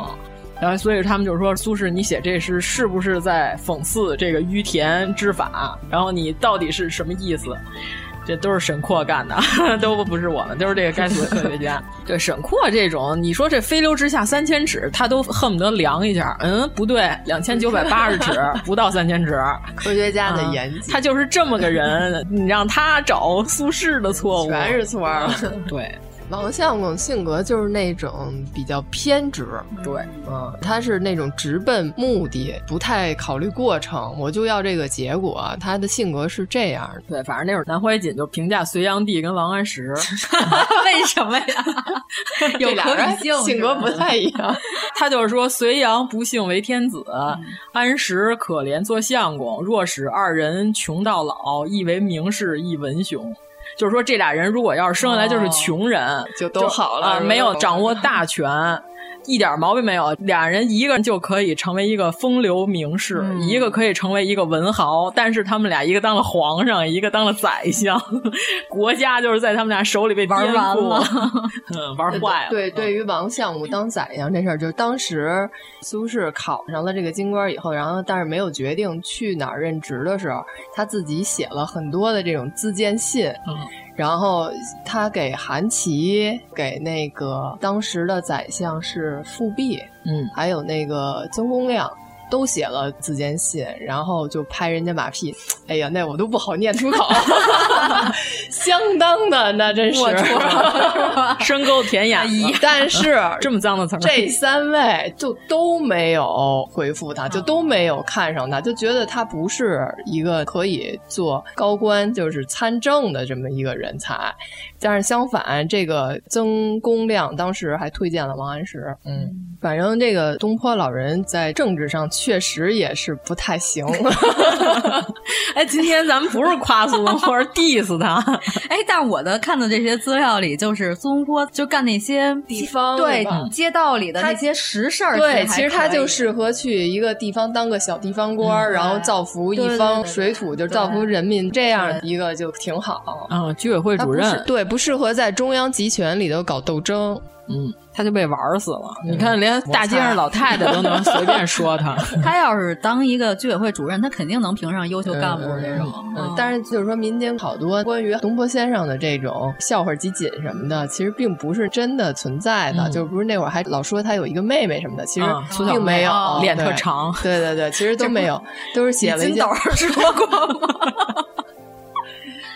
然后，所以他们就说：“苏轼，你写这诗是不是在讽刺这个淤田之法？然后你到底是什么意思？”这都是沈括干的， 都不是我们，都是这个该死的科学家。 对沈括这种，你说这飞流直下三千尺，他都恨不得量一下。嗯，不对，两千九百八十尺，不到三千 尺。
科学家的严谨、
嗯，他就是这么个人。你让他找苏轼的错误，啊
全是错。
对，
王相公性格就是那种比较偏执，
对，
嗯，他是那种直奔目的，不太考虑过程，我就要这个结果。他的性格是这样的。
对，反正那会儿南怀瑾就评价隋炀帝跟王安 石，
为什么呀？有
俩人性格不太一样。
他就是说，隋炀不幸为天子，嗯、安石可怜做相公，若使二人穷到老，亦为名士，亦文雄。就是说这俩人如果要是生下来就是穷人，
就哦都好了
啊
是吧
没有掌握大权。 一点毛病没有，俩人一个人就可以成为一个风流名士，
嗯
一个可以成为一个文豪，但是他们俩一个当了皇上，一个当了宰相， 国家就是在他们俩手里被颠
玩完
覆
了，
嗯，玩坏了。
对，对于王相武当宰相这事儿，就是当时苏轼考上了这个京官以后，然后但是没有决定去哪儿任职的时候，他自己写了很多的这种自荐信。
嗯
然后他给韩琦，给那个当时的宰相是富弼，
嗯，
还有那个曾公亮，都写了自荐信，然后就拍人家马屁。哎呀，那我都不好念出口，相当的那真是
龌龊 深沟田眼了，
但是
这么脏的词儿，
这三位就都没有回复他，就都没有看上他，就觉得他不是一个可以做高官，就是参政的这么一个人才。但是相反，这个曾公亮当时还推荐了王安石，嗯，反正这个东坡老人在政治上确实也是不太 行。
哎，今天咱们不是夸苏 东坡，是 diss 他。
哎，但我的看的这些资料里，就是苏东坡就干那些
地方
对
嗯
街道里的那些实事儿，。
对，其实他就是适合去一个地方当个小地方官
嗯
儿，然后造福一方水土，就造福人民，这样一个就挺好。
嗯，居委会
他
主
不是
任，
对，不适合在中央集权里头搞斗争。
嗯，他就被玩死了。你看，连大街上老太太都能随便说 他。
他要是当一个居委会主任，他肯定能评上优秀干部这种。
嗯，但是就是说，民间好多关于东坡先生的这种笑话、集锦什么的，其实并不是真的存在的，
嗯
就不是那会儿还老说他有一个妹妹什么的，其实
啊苏小
并没
妹
有，
哦脸
对
特长。
对对对，其实都没有，都是写了一
你
些
金斗儿说
过吗？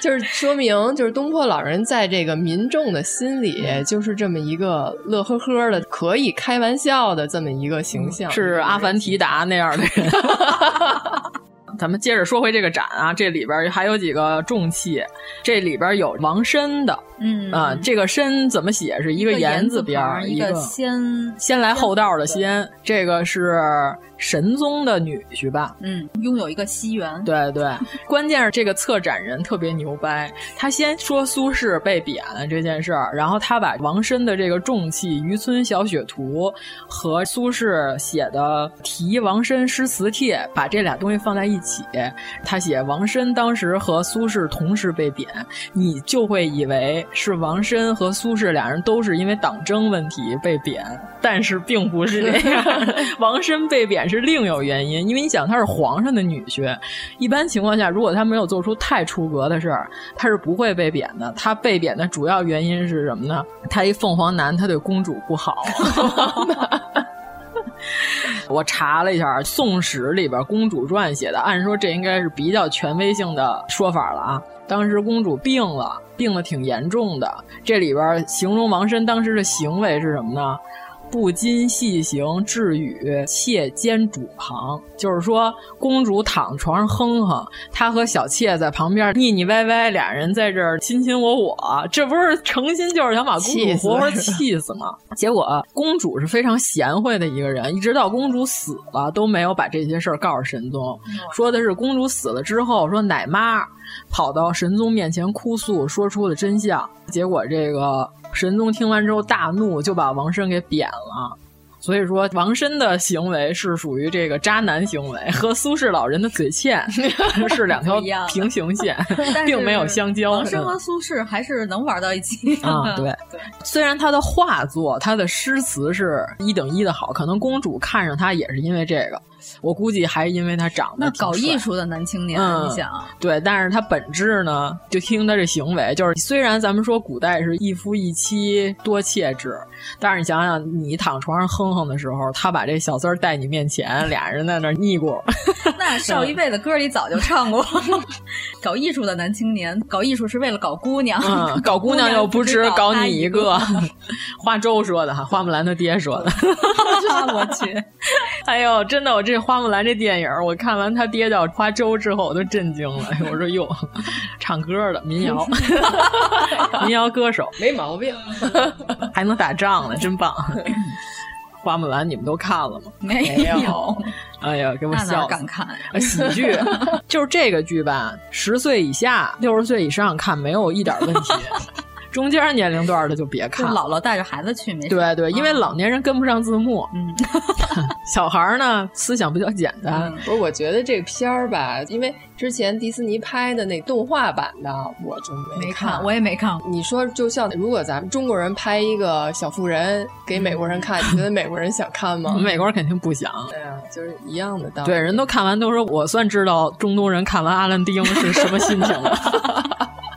就是说明，就是东坡老人在这个民众的心里，就是这么一个乐呵呵的、可以开玩笑的这么一个形象。
是阿凡提达那样的人。 咱们接着说回这个展啊，这里边还有几个重器，这里边有王申的，
嗯
啊，这个申怎么写是一个言字边儿，
一
一个
先
先来后到的先，这个是神宗的女婿吧？
嗯，拥有一个西园。
对对，关键是这个策展人特别牛掰，他先说苏轼被贬了这件事儿，然后他把王申的这个重器《渔村小雪图》和苏轼写的《题王申诗词帖》把这俩东西放在一起，他写王申当时和苏轼同时被贬，你就会以为是王申和苏轼俩人都是因为党争问题被贬，但是并不是这样。王申被贬是另有原因，因为你想他是皇上的女婿，一般情况下，如果他没有做出太出格的事儿，他是不会被贬的。他被贬的主要原因是什么呢？他一凤凰男，他对公主不好。我查了一下《宋史》里边《公主传》写的，按说这应该是比较权威性的说法了啊。当时公主病了，病得挺严重的。这里边形容王申当时的行为是什么呢？不禁细行，至与妾兼主旁，就是说公主躺床上哼哼，他和小妾在旁边腻腻歪歪，俩人在这儿亲亲我我，这不是诚心就是想把公
气
主
死
活活
是吧
气死吗？ 结果公主是非常贤惠的一个人，一直到公主死了都没有把这些事儿告诉神宗，说的是公主死了之后，说奶妈跑到神宗面前哭诉，说出了真相。结果这个神宗听完之后大怒，就把王申给贬了。所以说，王申的行为是属于这个渣男行为，和苏轼老人的嘴 欠是两条
不一样
平行 线
但，是
并没有相交。
王申
嗯
和苏轼还是能玩到一起
啊，对，虽然他的画作、他的诗词是一等一的好，可能公主看上他也是因为这个，我估计还是因为他长得
那
挺
搞
帅
艺术的男青年，
嗯，
你 想，
对，但是他本质呢，就听他这行为，就是虽然咱们说古代是一夫一妻多妾制，但是你想想，你躺床上哼哼的时候，他把这小三儿带你面前，俩人在那儿腻咕，
那少一辈的歌里早就唱过， 搞艺术的男青年，搞艺术是为了搞姑娘，
嗯， 搞姑娘又不止
只
搞
他
你
一
一个， 花粥说的哈，花木兰他爹说的。
我去，
哎呦，真的，我这花木兰这电影儿，我看完他爹叫花粥之后，我都震惊了。哎 呦我说哟，唱歌的民谣， 民谣歌手
没毛病，
还 能打仗呢，真棒。花木兰你们都看了吗？
没
有。哎呀，给我笑死！
敢看呀、
啊喜剧就是这个剧吧，十岁以下、六十岁以上看没有一点问题，中间年龄段的就别
就
看。
姥姥带着孩子去没事？
对对，因为
啊
老年人跟不上字幕，
嗯，
小孩儿呢思想比较简单，
嗯不是，我觉得这个片儿吧，因为之前迪士尼拍的那动画版的，我就没
没
看。
看，我也没看过。
你说，就像如果咱们中国人拍一个小妇人给美国人看，你觉得美国人想看吗？
美国人肯定不想。
对啊，就是一样的道理。
对，人都看完都说，我算知道中东人看完《阿兰丁》是什么心情 了。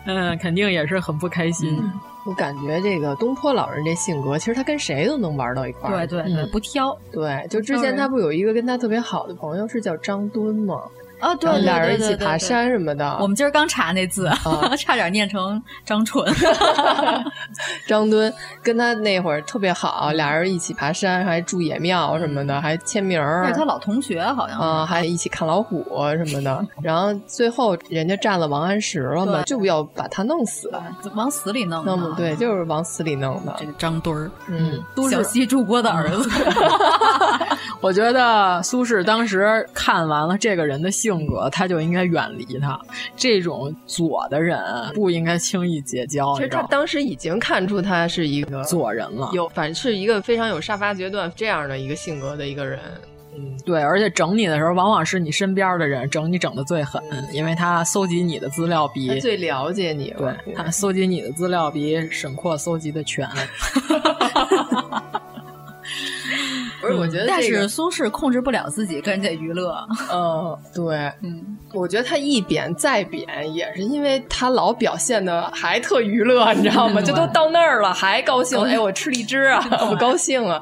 嗯，肯定也是很不开心。
嗯我感觉这个东坡老人这性格，其实他跟谁都能玩到一块儿。
对对对，
嗯
不挑
对，就之前他不有一个跟他特别好的朋友是叫张敦吗？
啊，对，对
俩人一
对
起
对对
爬
对
山什么的。
我们今儿刚查那字，
啊 嗯
差点念成张 纯。
张敦跟他那会儿特别好，俩人一起爬山，还住野庙什么的，还签名
那
儿
是。他老同学，好像是
啊、还一起看老虎什么的，然后最后人家占了王安石了嘛，
对
就要把他弄死，
往死里弄的。
那么对，就是往死里弄的
这。个张墩儿，
嗯，
都是
小西柱郭的儿子。
我觉得苏轼当时看完了这个人的性格，他就应该远离他。这种左的人不应该轻易结交，
其
你
实
知
他
道吗？
当时已经看出他是一个
左人了，
有，反正是一个非常有杀伐决断这样的一个性格的一个人。嗯，
对，而且整你的时候，往往是你身边的人整你整的最狠，因为他搜集你的资料比
他最了解你了。
对他搜集你的资料比沈括搜集的 全。
哎不是，我觉得
但
这个
是苏轼控制不了自己跟这娱乐，
呃，对，
嗯，
我觉得他一贬再贬，也是因为他老表现的还特娱乐，你知道吗？
嗯
就都到那儿了，还高兴，哎，我吃荔枝啊，我高兴啊。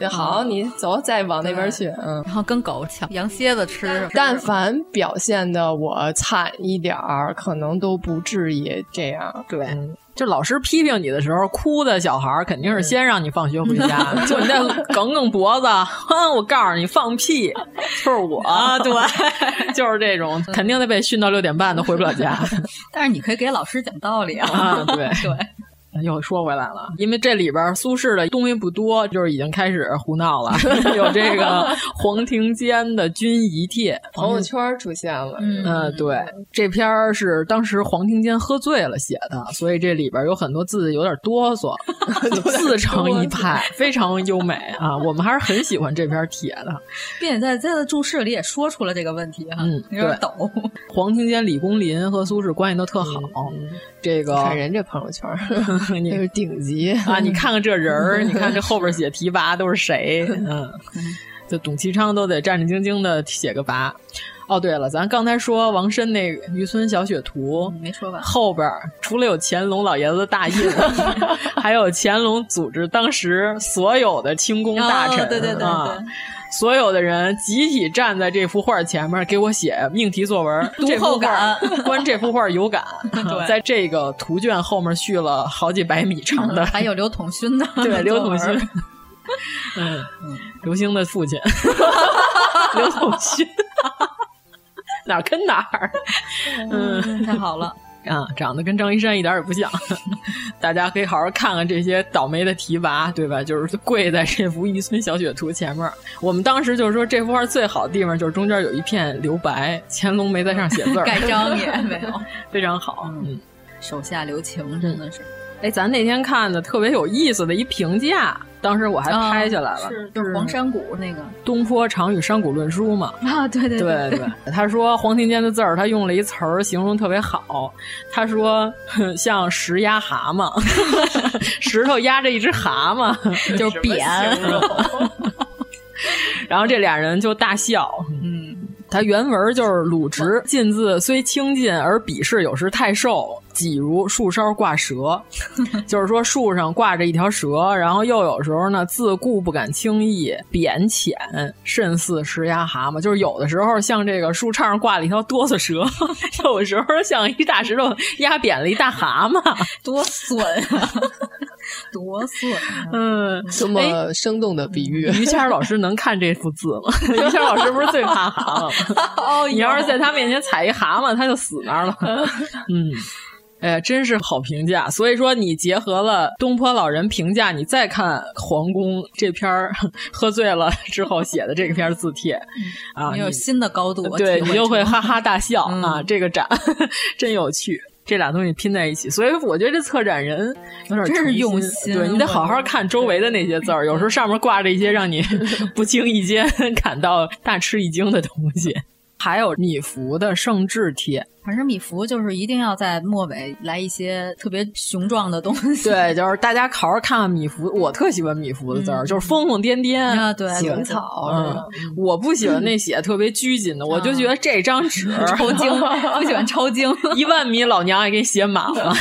就好，你走，再往那边去，嗯。
然后跟狗抢羊蝎子吃，
但凡表现的我惨一点儿，可能都不至于这样。
对，嗯就老师批评你的时候，哭的小孩儿肯定是先让你放学回家，就你在梗梗脖子，哼，我告诉你，放屁，就是我，对， 就是这种，肯定得被训到六点半都回不了家。
但是你可以给老师讲道理
啊
啊。
对
对，
又说回来了，因为这里边苏轼的东西不多，就是已经开始胡闹了， 有这个黄庭坚的《君一帖》，
朋友圈出现了，
嗯，对，这篇儿是当时黄庭坚喝醉了写的，所以这里边有很多字有点哆嗦， 自成一派，非常优美啊！我们还是很喜欢这篇帖的。
并且在在他的注释里也说出了这个问题哈，
嗯
有点
对
抖。
黄庭坚、李公麟和苏轼关系都特好，这个
嗯看人这朋友圈儿，
你
这是顶级
啊，你看看这人儿，你看这后边写提拔都是 谁？嗯，就董其昌都得战战兢兢的写个拔。哦，对了，咱刚才说王申那《渔村小雪图》
没说完，
后边儿除了有乾隆老爷子的大印， 还有乾隆组织当时所有的清宫大臣，
哦对对对对
啊所有的人集体站在这幅画前面，给我写命题作文。
读
这
后
幅 画
感
关这幅画有感，
对
在这个图卷后面续了好几百米长 的，
还有刘统勋的
对刘
作
统
文
勋，嗯， 刘星的父亲，刘统勋， 哪儿跟哪儿，嗯。
嗯，太好 了。
啊，长得跟张一山一点儿也不像。 大家可以好好看看这些倒霉的提拔，对吧？就是跪在这幅《渔村小雪图》前面儿。我们当时就是说，这幅画最好的地方就是中间有一片留白，乾隆没在上写 字儿，
盖章也没有，
非常好。嗯，
手下留情真的是。
哎，咱那天看的特别有意思的一评价，当时我还拍下来了，
啊是就是黄山谷那 个
《东坡长与山谷论书》嘛。
啊，对对
对
对，
他说黄庭坚的字儿，他用了一词儿形容特别好，他说 哼像石压蛤蟆， 石头压着一只 蛤蟆，
就是扁，
然后这俩人就大笑。
嗯，
他原文就是鲁直近字虽清近，而笔势有时太瘦，几如树梢挂蛇，就是说树上挂着一条蛇，然后又有时候呢自顾不敢轻易，扁浅，甚似石压蛤蟆，就是有的时候像这个树杈上挂了一条哆嗦蛇， 有时候像一大石头压扁了一大蛤蟆，
多损 啊，多损啊！
嗯，
多么生动的比喻。
于谦儿老师能看这幅字吗？于谦儿老师不是最怕 蛤
哦
蟆吗？哦，你要是在他面前踩一蛤蟆，他就死那儿了。嗯，哎，真是好评价。所以说，你结合了东坡老人评价，你再看《皇宫》这篇儿， 喝醉了之后写的这篇字帖、啊，
你有新的高度，
对
体
你
会嗯
又会
出
哈哈大笑、啊！这个展真有趣，这俩东西拼在一起，所以我觉得这策展人有点
真是
诚
用
心，
心啊
对你得好好看周围的那些字儿，有时候上面挂着一些让 你不经意间 感到大吃一惊的东西。还有米芾的圣制帖，
反正米芾就是一定要在末尾来一些特别雄壮的东西。
对，就是大家好好看看米芾，我特喜欢米芾的字儿，就是疯疯癫癫
嗯啊对对
行
对
草
嗯啊
嗯，我不喜欢那写特别拘谨的，我就觉得这张纸
超 精不喜欢
超精，一万米老娘也给写满了，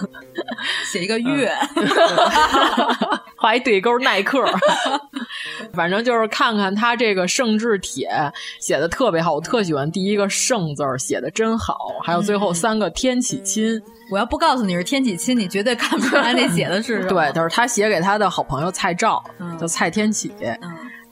写一
嗯
个月，
画一对勾耐克。反正就是看看他这个圣制帖写的特别好，我特喜欢第一个圣字儿写的真好，还有最后三个天启亲。
我要不告诉你是天启亲，你绝对看不出来那写的是什么
对，就是他写给他的好朋友蔡照，叫蔡天启。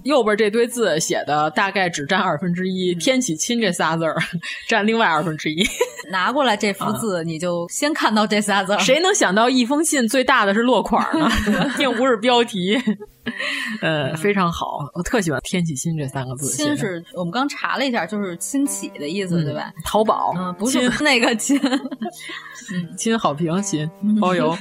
右边这堆字写的大概只占二分之一，“天启亲”这仨字儿 占另外二分之一。
拿过来这
啊
幅字，你就先看到这仨字儿。
谁能想到一封信最大的是落款呢， 并不是标题。呃，非常好，我特喜欢“天启亲”这三个字写的。
亲是我们刚查了一下，就是亲戚的意思，对吧？
淘宝，
嗯，不是
亲
那个 亲，
嗯亲好评， 亲
哦
包邮。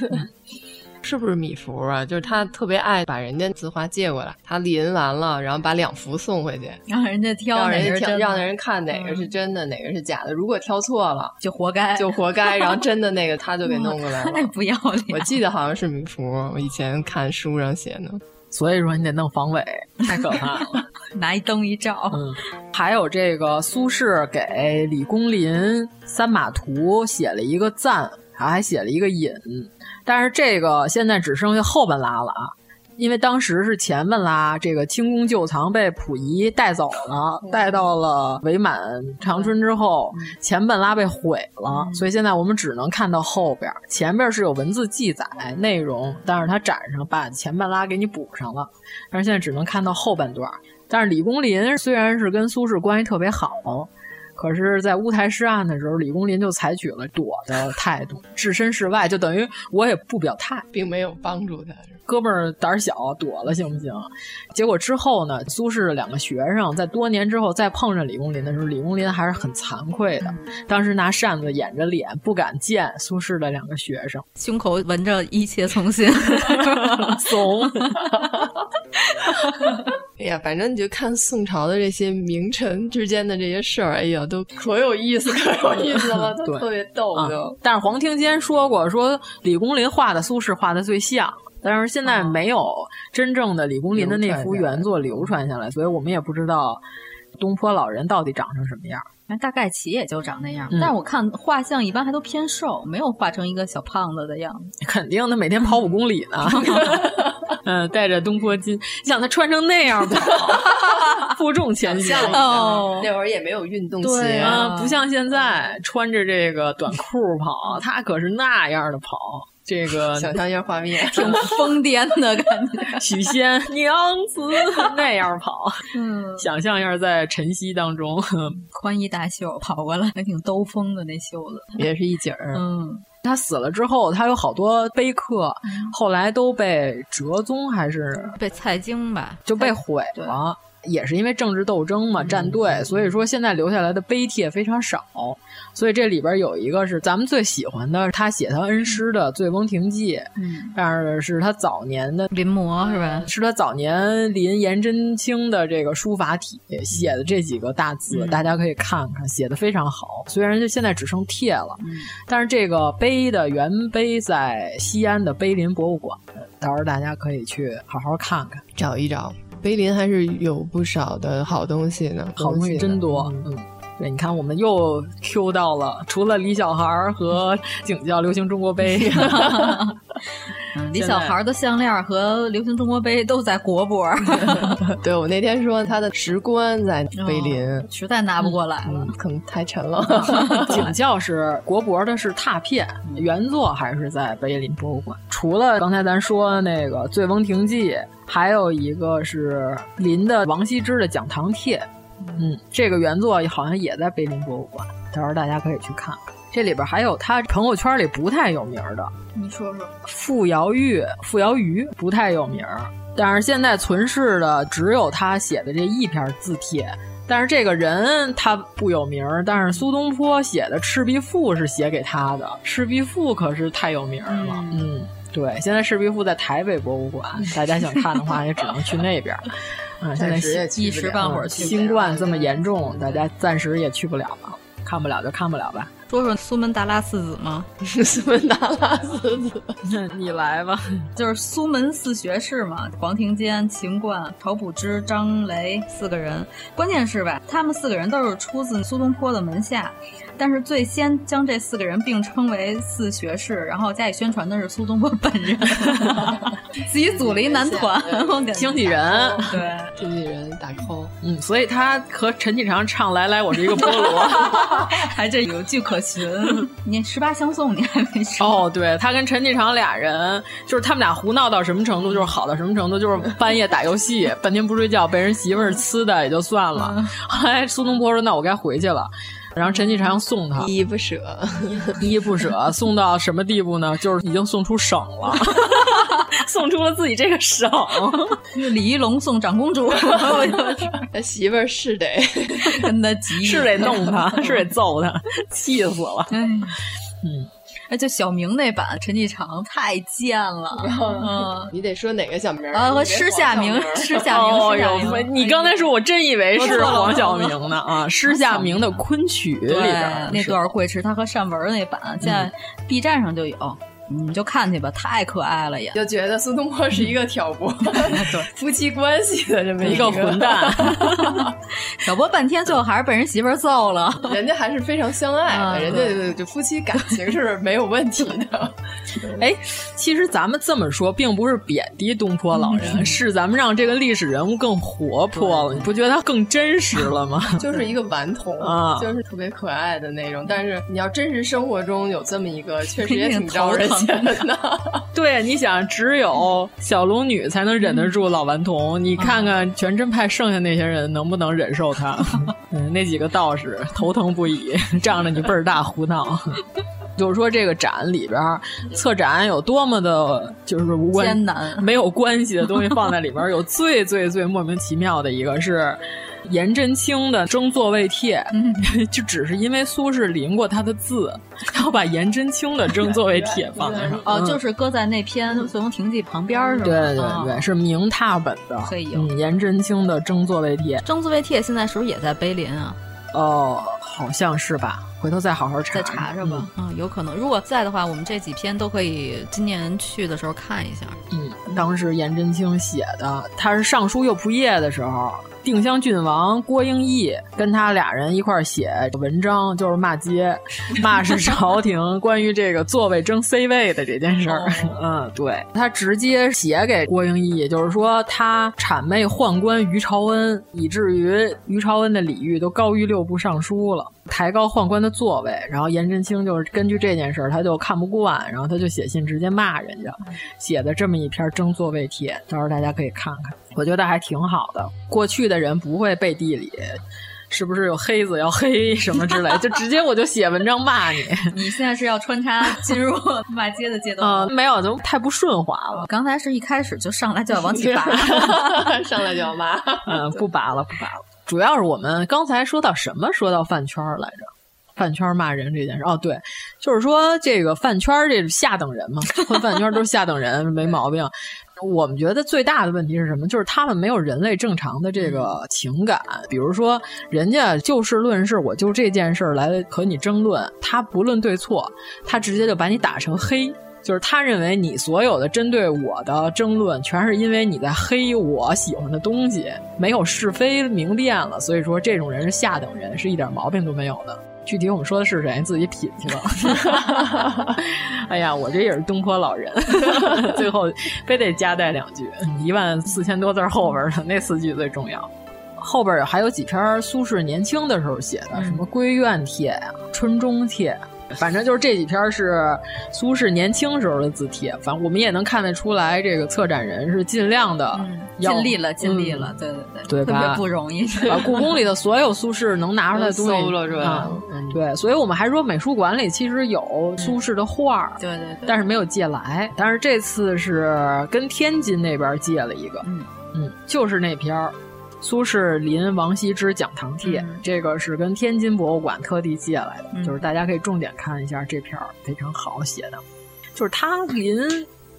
是不是米芾啊？就是他特别爱把人家字画借过来，他临完了，然后把两幅送回去，
让人家挑
让
哪
人
个是
家
真
挑，
的，
让人看哪个是真的，哪个是假的。如果挑错了，
就活该，
就活该。然后真的那个他就给弄过来 了，
哎
太不要脸。
我记得好像是米芾，我以前看书上写的。
所以说你得弄防伪，太可 怕了。
拿一灯一照，
嗯
还有这个苏轼给李公麟三马图写了一个赞，然后还写了一个引，但是这个现在只剩下后半拉了啊。因为当时是前半拉，这个清宫旧藏被溥仪带走了，带到了伪满长春之后，前半拉被毁了，所以现在我们只能看到后边，前边是有文字记载内容，但是它展上把前半拉给你补上了，但是现在只能看到后半段。但是李公麟虽然是跟苏轼关系特别好，可是，在乌台诗案的时候，李公麟就采取了躲的态 度，置身事外，就等于我也不表态，
并没有帮助他。
哥们儿胆儿小，躲了行不行？结果之后呢，苏轼的两个学生在多年之后再碰上李公麟的时候，李公麟还是很惭愧的，当时拿扇子掩着脸，不敢见苏轼的两个学生。
胸口纹着一切从 心，
怂。
哎呀，反正你就看宋朝的这些名臣之间的这些事儿，哎呀，都可有意思，可有意思 了，都
对
特别逗
啊
都。
但是黄庭坚说过，说李公麟画的苏轼画的最像，但是现
嗯
在没有真正的李公麟的那幅原作流传下来，所以我们也不知道东坡老人到底长成什么样。
反正大概齐也就长那样
嗯。
但是我看画像一般还都偏瘦，没有画成一个小胖子的样子。
肯定他每天跑五公里 呢，嗯，带着东坡金，想他穿成那样跑，负重前行嗯
像
哦
那会儿也没有运动
对
鞋
啊，不像现在穿着这个短裤跑，他可是那样的跑。这个
想象一下画面，
挺疯癫的感 觉。
许仙娘子那样跑，
嗯，
想象一下在晨曦当中，
宽衣大袖跑过来，还挺兜风的那袖子。
也是一景儿。
嗯，
他死了之后，他有好多碑刻，后来都被哲宗还是
被蔡京吧，
就被毁了。也是因为政治斗争嘛，站队，所以说现在留下来的碑帖非常少。所以这里边有一个是咱们最喜欢的，他写他恩师的《醉翁亭记》，
嗯，
但是是他早年的
临摹是吧？
是他早年临颜真卿的这个书法体写的这几个大
嗯
字，大家可以看看，写的非常好。虽然就现在只剩帖了，
嗯
但是这个碑的原碑在西安的碑林博物馆，到时候大家可以去好好看看。
找一找。碑林还是有不少的好东西呢，
好东西真多。嗯，对，你看我们又 Q 到了，除了李小孩儿和景教《流行中 国杯》
啊
嗯李小孩的项链和流行中国杯都在国博，
对我那天说他的石棺在碑林，嗯
实在拿不过来了。
可能太沉了。
景教是国博的是拓片，原作还是在碑林博物馆。除了刚才咱说那个《醉翁亭记》，还有一个是林的王羲之的《讲堂帖》，嗯，这个原作好像也在碑林博物馆，到时候大家可以去看看。这里边还有他朋友圈里不太有名的
你说说，
傅瑶玉、傅瑶鱼，不太有名儿。但是现在存世的只有他写的这一篇字帖。但是这个人他不有名儿，但是苏东坡写的《赤壁赋》是写给他的，《赤壁赋》可是太有名儿了。嗯对，现在《赤壁赋》在台北博物馆，大家想看的 话也只能去那边儿。嗯，现在
暂时也去
新
不了一时半会儿去不了
新冠这么严重，大家暂时也去不了了，看不了就看不 了吧。
说说苏门答腊四子吗？
苏门答腊四子， 你来吧。
就是苏门四学士嘛，黄庭坚、秦观、陶卜之、张雷四个人。关键是吧，他们四个人都是出自苏东坡的门下，但是最先将这四个人并称为四学士，然后加以宣传的是苏东坡本 人， 自己组了一男团，我感觉
经纪人，
对，
经纪人打 call。
嗯，所以他和陈启长唱《来来，我是一个菠萝》
还真有据可循。你十八相送你还没说
哦，对他跟陈启长俩人，就是他们俩胡闹到什么程度，就是好到什么程度，就是半夜打游戏，半天不睡觉，被人媳妇儿呲的也就算
嗯
了。 后来苏东坡说：“那我该回去了。”然后陈启长送他，
依依不舍，
依依不舍，送到什么地步呢？就是已经送出省 了，送出了自己这个 省。
是李一龙送长公主，
他 媳妇儿是得
跟他急，
是得弄他，是得揍他，气死了。
哎，
嗯，
哎，就小明那版陈继长太贱 了，
你得说哪个小名
嗯，
儿
啊，和
你哦别
施夏
黄
明
小明，儿
施夏明，施夏
哎呦
明，
你刚才说，我真以为
我错
是
了
黄晓明呢啊，施夏明的《昆曲》里
对
边
那
是
段会是他和单文那版，在 B 站上就有，你就看去吧，太可爱了也。
就觉得苏东坡是一个挑拨 夫妻关系的这么
嗯一
个
个 混蛋，
小博半天，最后还是被人媳妇儿揍了。
人家还是非常相爱的，
嗯
人家就夫妻感情是没有问题的。
哎，其实咱们这么说，并不是贬低东坡老
嗯
人，是咱们让这个历史人物更活泼了。你不觉得他更真实了 吗？
就是一个顽童，
啊
就是特别可爱的那种。但是你要真实生活中有这么一个， 确实也挺
挺
招
头
人
疼
嫌的。
对，你想，只有小龙女才能忍得住老顽
嗯
童。你看看全真派剩下那些人能不能忍受 他？嗯，那几个道士头疼不已， 仗着你辈儿大胡 闹。就是说，这个展里边儿策展有多么的，就是无关
艰难
没有关系的东西放在里边儿。有最最最莫名其妙的一个是颜真卿的争座位帖， 就只是因为苏轼临过他的字，然后把颜真卿的争座位帖放在上。
哦，
嗯
就是搁在那篇《醉翁亭记》旁边是吧？
对对
哦
对，是明拓本的，
嘿呦
嗯，颜真卿的《争座位帖》
张作为帖现在是不是也在碑林啊？
哦，好像是吧？回头再好好查，
再查查吧。嗯，有可能。如果在的话，我们这几篇都可以今年去的时候看一下。
嗯。嗯，当时颜真卿写的，他是尚书右仆射的时候，定襄郡王郭应义跟他俩人一块儿写文章，就是骂街，骂是朝廷关于这个座位争 C 位的这件事儿。 嗯，对他直接写给郭应义，就是说他谄媚宦官于朝恩，以至于于朝恩的礼遇都高于六部尚书了，抬高宦官的座位。然后颜真卿就是根据这件事儿，他就看不惯，然后他就写信直接骂人家，写的这么一篇争座位帖，到时候大家可以看看，我觉得还挺好的。过去的人不会背地里。是不是有黑子要黑什么之类，就直接我就写文章骂你。
你现在是要穿插进入骂街的阶段吗
嗯，没有，就太不顺滑
呃
了。
刚才是一开始就上来就要往起拔，
啊
上来就要骂，
嗯，不拔了，不拔了。主要是我们刚才说到什么？说到饭圈儿来着，饭圈儿骂人这件事。哦，对，就是说这个饭圈儿这是下等人嘛，混饭圈儿都是下等人，没毛病。我们觉得最大的问题是什么？就是他们没有人类正常的这个情感。比如说，人家就事论事，我就这件事儿来和你争论，他不论对错，他直接就把你打成黑。就是他认为你所有的针对我的争论，全是因为你在黑我喜欢的东西，没有是非明辨了。所以说，这种人是下等人，是一点毛病都没有的。具体我们说的是谁，自己品去吧。 哎呀，我这也是东坡老人， 最后非得夹带两句，一万四千多字后边的那四句最重要。后啊边还有几篇苏轼年轻的时候写的，什么《闺怨帖》呀、《春中帖》反正就是这几篇是苏轼年轻时候的字帖，反正我们也能看得出来，这个策展人是尽量
嗯
的
嗯
要、
尽力了，尽力
嗯
了，对对
对
特
吧
别不容易。
把故宫里的所有苏轼能拿出来的东西
都搜了出来
啊
了
对，所以我们还说美术馆里其实有苏轼的画儿、
对对对，
但是没有借来。但是这次是跟天津那边借了一个，
嗯
嗯，就是那篇儿。苏轼临王羲之讲堂帖，这个是跟天津博物馆特地借来的，
嗯
就是大家可以重点看一下这篇儿，非常好写的。就是他临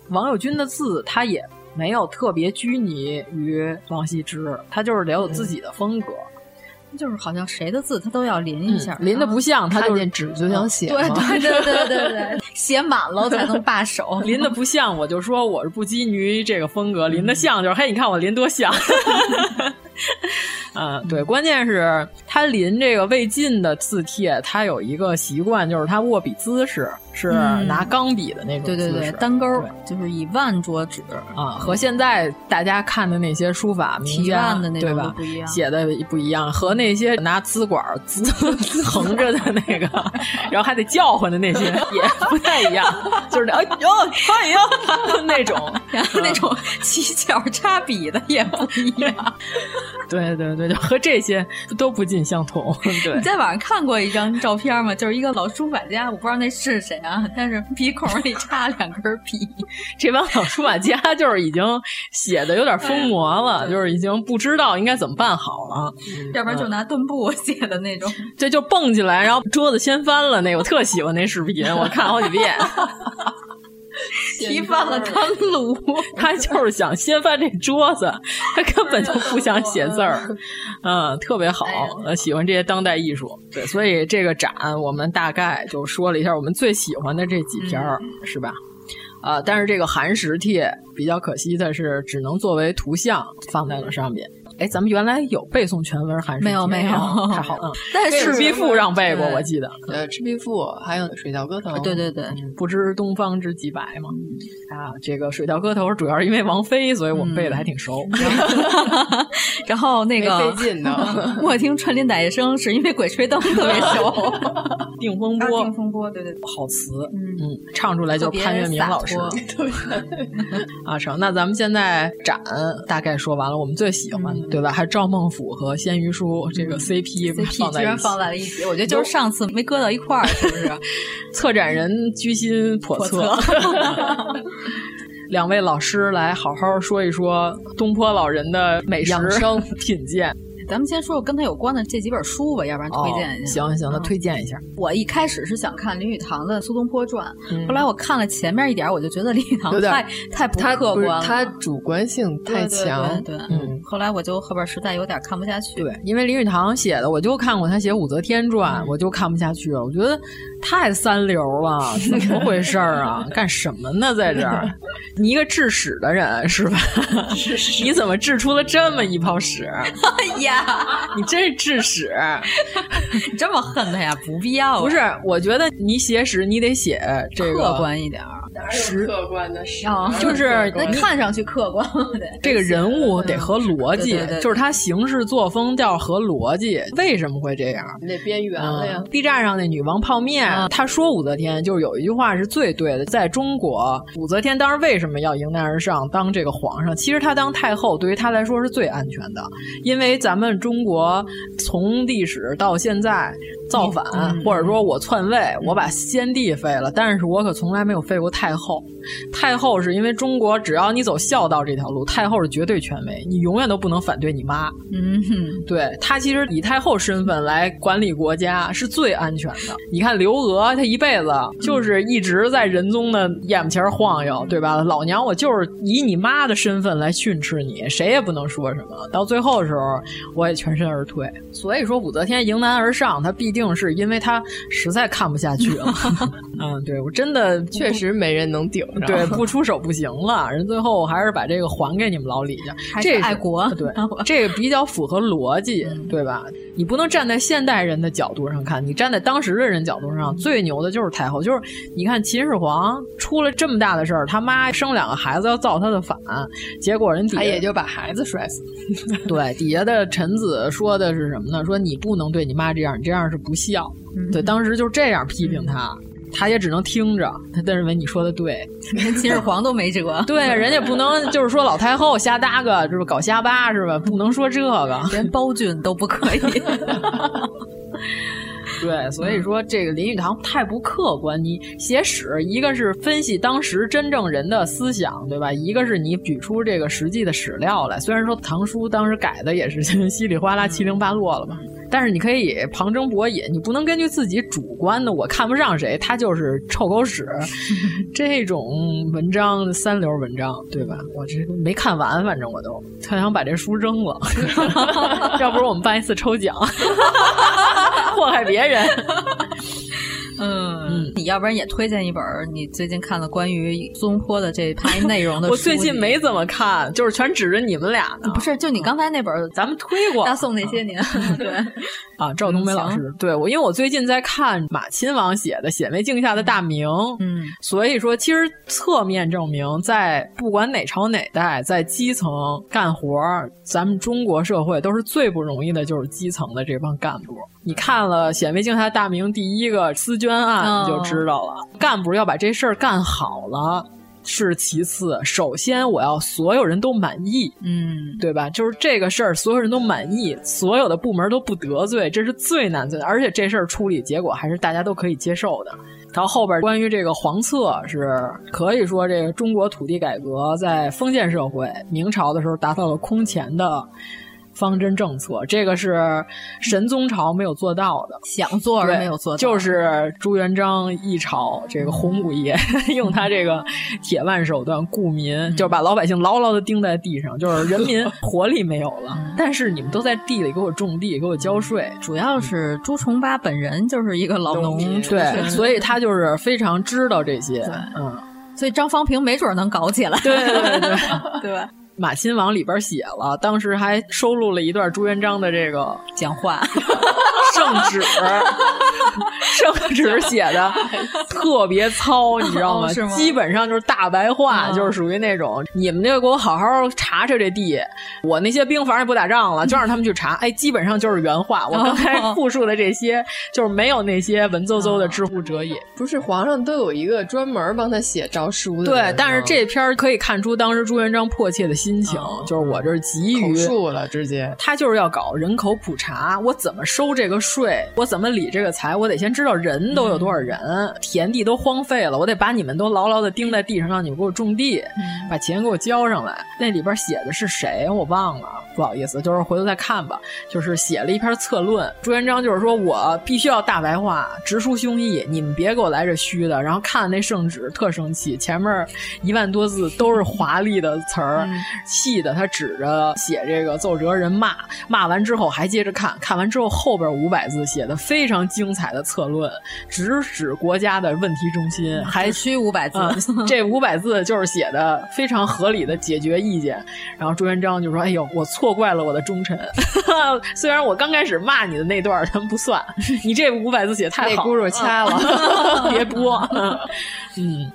王友军的字，他也没有特别拘泥于王羲之，他就是得有自己的风格。
就是好像谁的字他都要临一下，
嗯临的不像，他就是嗯
看见
纸。
就想写
对对对对对对， 写满了才能罢手
临的不像，我就说我是不拘泥于这个风格；临的像，就是嘿，你看我临多像。 啊，对，关键是他临这个魏晋的字帖，他有一个习惯，就是他握笔姿势是
嗯
拿钢笔的那种
对
姿
对
势，
对，单钩儿就是以万着纸
啊，和现在大家看的那些书法名家
提腕的那种
对
都
吧
不一样
写 的不一样，和那些拿滋管儿 滋滋横着的那个，然后还得叫唤的那些也不太一样，就是那哎呦嗯欢迎那种，
然后那种起角插笔的也不一样。
对对对，就和这些都不尽相同。 对
你，在网上看过一张照片吗？就是一个老书法家，我不知道那是谁啊，但是鼻孔里插两根笔，
这帮老书法家就是已经写的有点疯魔了，就是已经不知道应该怎么办好了。
要不然就
嗯
拿墩布写的那种。
这就蹦起来，然后桌子掀翻了那个，我特喜欢那视频，我看好几遍。
提翻了当炉，
他就是想掀翻这桌子，他根本就不想写 字儿，嗯，特别
哎
好，呃喜欢这些当代艺术。对，所以这个展我们大概就说了一下我们最喜欢的这几篇儿，
嗯
是吧？呃，但是这个寒食帖比较可惜的是，只能作为图像放在了上面。哎，咱们原来有背诵全文寒食帖
没有没有
哦太好 了。嗯
但是
这个必赋让背过，我记得。
呃，《赤壁赋》还有《水调歌头》，
啊对对对，
不知东方之既白嘛。啊，这个《水调歌头》主要是因为王菲，所以我们背的还挺熟。
嗯然后那个
没 费劲呢
我听《穿林打叶声》是因为《鬼吹灯》特别熟，
定风波，
啊定风波，对对对，
好词，
嗯，
嗯，唱出来就是潘粤明老师
特别洒脱
啊。成，那咱们现在展大概说完了，我们最喜欢的、
嗯
对吧？还赵孟頫和鲜于书这个 CP 放
CP
在
嗯
一
居然
起
放在了一起，我觉得就是上次没搁到一块儿，是不是？
策展人居心叵测。 两位老师来好好说一说东坡老人的美食
养生
品鉴，
咱们先说说跟他有关的这几本书吧，要不然推荐一下。嗯
哦行行，那推荐一下。
我一开始是想看林语堂的《苏东坡传》，
嗯
后来我看了前面一点儿，我就觉得林语堂
有点
太太不
他
客
不
观
是他
了，
主观性太强，
对对对对
嗯，
后来我就后边实在有点看不下去，
对，因为林语堂写的，我就看过他写《武则天传》，我就看不下去了，我觉得太三流了，怎么回事儿 啊？干什么呢，在这儿？你一个治屎的人是 吧？你怎么治出了这么一泡屎？
哎呀，
你真是治 屎！
你这么恨他呀？不必要啊，
不是，我觉得你写屎，你得写这个哦
客观一点儿，
实
客观的是
啊，
就是
那看上去客观，
这个人物得合逻辑，
对对对
就是他行事作风要合逻辑，为什么会这样？
你得边缘了呀
嗯。B 站上那女王泡面，她说武则天就是有一句话是最对的，在中国，武则天当时为什么要迎难而上当这个皇上？其实她当太后对于她来说是最安全的，因为咱们中国从历史到现在造反，或者说我篡位，我把先帝废了，但是我可从来没有废过太后。太后是因为中国只要你走孝道这条路，太后是绝对权威，你永远都不能反对你妈。
嗯哼，
对她其实以太后身份来管理国家是最安全的。你看刘娥，她一辈子就是一直在仁宗的眼巴前儿晃悠，对吧？老娘我就是以你妈的身份来训斥你，谁也不能说什么。到最后的时候，我也全身而退。所以说，武则天迎难而上，她必定是因为她实在看不下去了， 嗯，对我真的
确实没人能顶上，
对，不出手不行了。人最后还是把这个还给你们老李家，
还是
这是啊
爱
啊
国
对，这个比较符合逻辑，
嗯
对吧？你不能站在现代人的角度上看，你站在当时的人角度上，最牛的就是太后。就是你看秦始皇出了这么大的事儿，他妈生两个孩子要造他的反，结果人底下
他也就把孩子摔死。
对，底下的臣子说的是什么呢？说你不能对你妈这样，你这样是不孝。
嗯
对，当时就这样批评他。他也只能听着，他认为你说的对，
连秦始皇都没辙
对，人家不能就是说老太后瞎搭个，就是搞瞎巴是吧？不能说这个，
嗯
连包君都不可以。
对，所以说这个林语堂太不客观。你写史，一个是分析当时真正人的思想，对吧？一个是你举出这个实际的史料来。虽然说《唐书》当时改的也是 稀里哗啦、七零八落了吧，但是你可以旁征博引，你不能根据自己主观的我看不上谁，他就是臭狗屎这种文章三流文章，对吧？我这没看完，反正我都特想把这书扔了。要不是我们办一次抽奖，祸害别人。
嗯，你要不然也推荐一本儿你最近看了关于松坡的这一派内容的书
我最近
籍啊
没怎么看，就是全指着你们俩呢。
不是，就你刚才那本儿，
咱们推过
大宋那些 年，对，
啊，赵冬梅老师，对我，因为我最近在看马亲王写的《显微镜下的大明》，
嗯，
所以说其实侧面证明，在不管哪朝哪代，在基层干活儿，咱们中国社会都是最不容易的，就是基层的这帮干部。你看了《显微镜下的大明》第一个私捐案，
哦
你就知道了，干部要把这事儿干好了。是其次，首先我要所有人都满意，
嗯，
对吧？就是这个事儿，所有人都满意，所有的部门都不得罪，这是最难最难，而且这事儿处理结果还是大家都可以接受的。然后后边关于这个黄册是可以说这个中国土地改革在封建社会明朝的时候达到了空前的方针政策，这个是神宗朝没有做到的，
想做而
对
没有做到，
就是朱元璋一朝这个红五爷 用他这个铁腕手段顾民，
嗯
就是把老百姓牢牢的钉在地上，就是人 民活力没有了，
嗯
但是你们都在地里给我种地，给我交税，
主要是朱重八本人就是一个老嗯农出
嗯对，
身，
所以他就是非常知道这些，嗯。
所以张方平没准儿能搞起来，
对对对对
对吧？
马亲王里边写了，当时还收录了一段朱元璋的这个
讲话
圣旨，圣旨写的特别糙，你知道吗？
哦是吗嗯
基本上就是大白话，就是属于那种你们就给我好好查查这地，我那些兵反正也不打仗了，就让他们去查。哎，基本上就是原话，我刚才
哦
复述的这些就是没有那些文绉绉的知乎者也。
不是皇上都有一个专门帮他写诏书的人啊吗，
对，但是这篇儿可以看出当时朱元璋迫切的心情，就是我这是急于
哦口述了直接。
他就是要搞人口普查，我怎么收这个税，我怎么理这个财，我得先知道人都有
嗯
多少人，田地都荒废了，我得把你们都牢牢的钉在地上，让你们给我种地，把钱给我交上来。那里边写的是谁我忘了，不好意思，就是回头再看吧。就是写了一篇策论，朱元璋就是说我必须要大白话，直抒胸臆，你们别给我来这虚的。然后看那圣旨特生气，前面一万多字都是华丽的词儿，气的他指着写这个奏折人骂，骂完之后还接着看，看完之后后边五百字写的非常精彩的策论，直指国家的问题中心，还
虚五百字，
嗯 这五百字就是写的非常合理的解决意见。然后朱元璋就说：“哎呦，我错怪了我的忠臣， 虽然我刚开始骂你的那段儿咱们不算，你这五百字写得太好，
那轱辘掐 了
别播。嗯，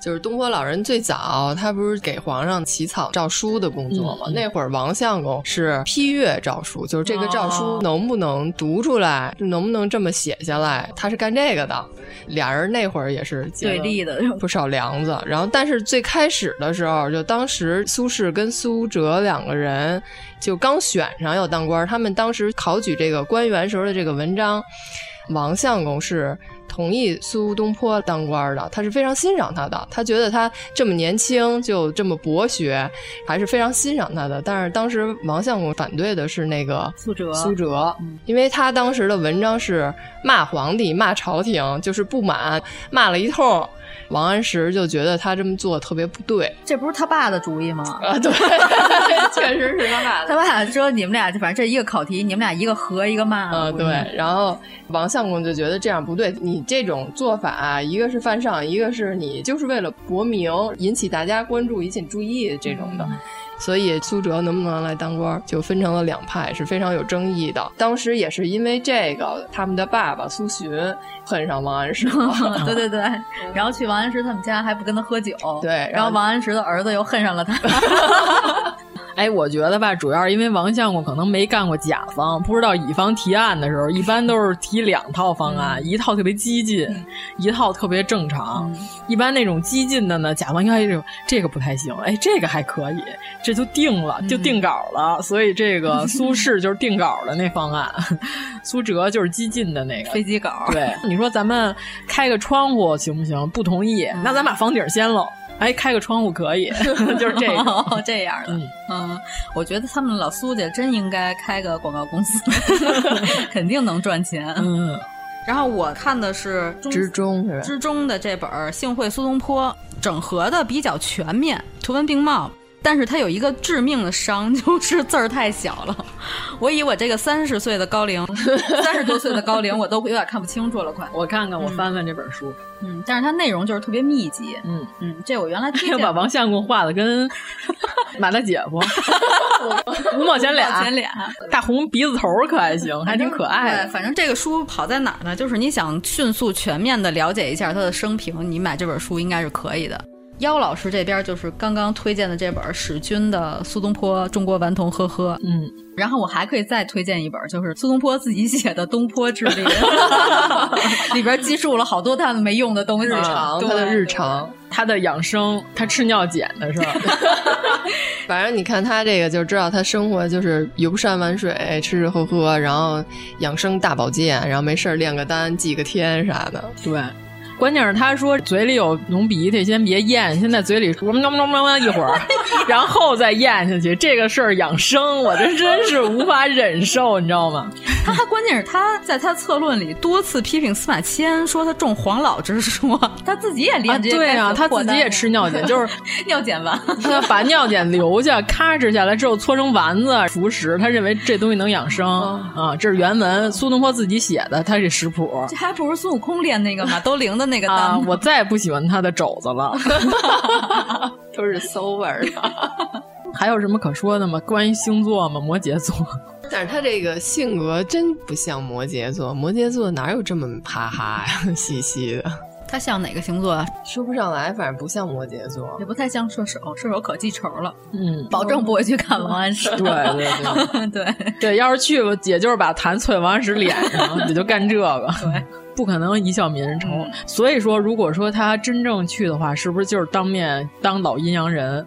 就是东坡老人最早，他不是给皇上起草诏书的工作吗？
嗯嗯
那会儿王相公是批阅诏书，就是这个诏
哦
书能不能读出来，能不能这么写下来，他是干这个的。俩人那会儿也是结了
对立的
不少梁子。然后，但是最开始的时候，就当时苏轼跟苏辙两个人就刚选上要当官儿，他们当时考举这个官员时候的这个文章，王相公是同意苏东坡当官儿的，他是非常欣赏他的，他觉得他这么年轻就这么博学，还是非常欣赏他的。但是当时王相公反对的是那个
苏辙
苏辙，因为他当时的文章是骂皇帝、骂朝廷，就是不满，骂了一通。王安石就觉得他这么做特别不对，
这不是他爸的主意吗？
呃
啊，对， 确实是他爸的。
他爸说你们俩反正这一个考题，你们俩一个和一个骂。。
呃
嗯，对。然后王相公就觉得这样不对，你这种做法、啊一个是犯上，一个是你就是为了博名，引起大家关注，引起注意这种的。所以苏辙能不能来当官，就分成了两派，是非常有争议的。当时也是因为这个，他们的爸爸苏洵恨上王安石了
对对对，然后去王安石他们家还不跟他喝酒，
对然后
然后王安石的儿子又恨上了他，
哎，我觉得吧，主要是因为王相公可能没干过甲方，不知道乙方提案的时候，一般都是提两套方案，一套特别激进，一套特别正常。一般那种激进的呢，甲方应该就这个不太行，哎，这个还可以，这就定了，就定稿了。所以这个苏轼就是定稿的那方案，苏辙就是激进的那个
飞机稿。
对，你说咱们开个窗户行不行？不同意，那咱把房顶掀了。哎，开个窗户可以， 就是这 个。
哦这样的，嗯我觉得他们老苏家真应该开个广告公 司，肯定能赚钱。
嗯，
然后我看的是中
之中是吧？
之中的这本《幸会苏东坡》，整合的比较全面，图文并茂。但是它有一个致命的伤， 就是字儿太小了。我以我这个三十岁的高龄， 三十多岁的高龄，我都有点看不清楚了，快。
我看看，我翻翻这本书，
嗯，但是它内容就是特别密集。
嗯
嗯，这我原 来推
要
荐
把王相公画的跟 马大姐夫五毛钱
五毛啊
俩，
钱俩嗯
大红鼻子头儿可还行，还挺可爱
对
的。
反正这个书好在哪儿呢？就是你想迅速全面的了解一下他的生平，你买这本书应该是可以的。妖老师这边就是刚刚推荐的这本史君的《苏东坡：中国顽童呵呵》，
嗯，
然后我还可以再推荐一本，就是苏东坡自己写的《东坡志林》， 里边记述了好多他没用的东西，
啊
啊
日常，他的
对
日常。
他的养生，他吃尿碱的事儿，
反正你看他这个就知道，他生活就是游山玩水，吃吃喝喝，然后养生大保健，然后没事儿练个丹、祭个天啥的。
对。关键是他说嘴里有浓鼻涕，先别咽，先在嘴里说喵喵喵喵一会 儿，然后再咽下去。这个事儿养生，我这真是无法忍受，你知道 吗？
他还关键是他在他策论里多次批评司马迁说他中黄老之说， 他自己也理
啊，
解这个
对啊，他
破
自
单
己也吃尿碱，就是
尿碱丸。
他把尿碱留下，咔哧下来之后搓成丸子服食，他认为这东西能养生、
哦
啊。这是原文，苏东坡自己写的，他这食谱
这还不如孙悟空练那个马兜铃的那个当、
啊，我再也不喜欢他的肘子了。
都是馊味儿的。
还有什么可说的吗？关于星座吗？摩羯座，
但是他这个性格真不像摩羯座，摩羯座哪有这么哈哈呀、 嘻嘻的？
他像哪个星座啊？
说不上来，反正不像摩羯座
也。不太像射手，射手可记仇了，
嗯，
保证不会去看王安石。
对对对
对，
对，要是去吧，姐就是把痰啐王石脸上，也就干这个。
对。
不可能一笑泯恩仇，
嗯
所以说，如果说他真正去的话，是不是就是当面当老阴阳 人，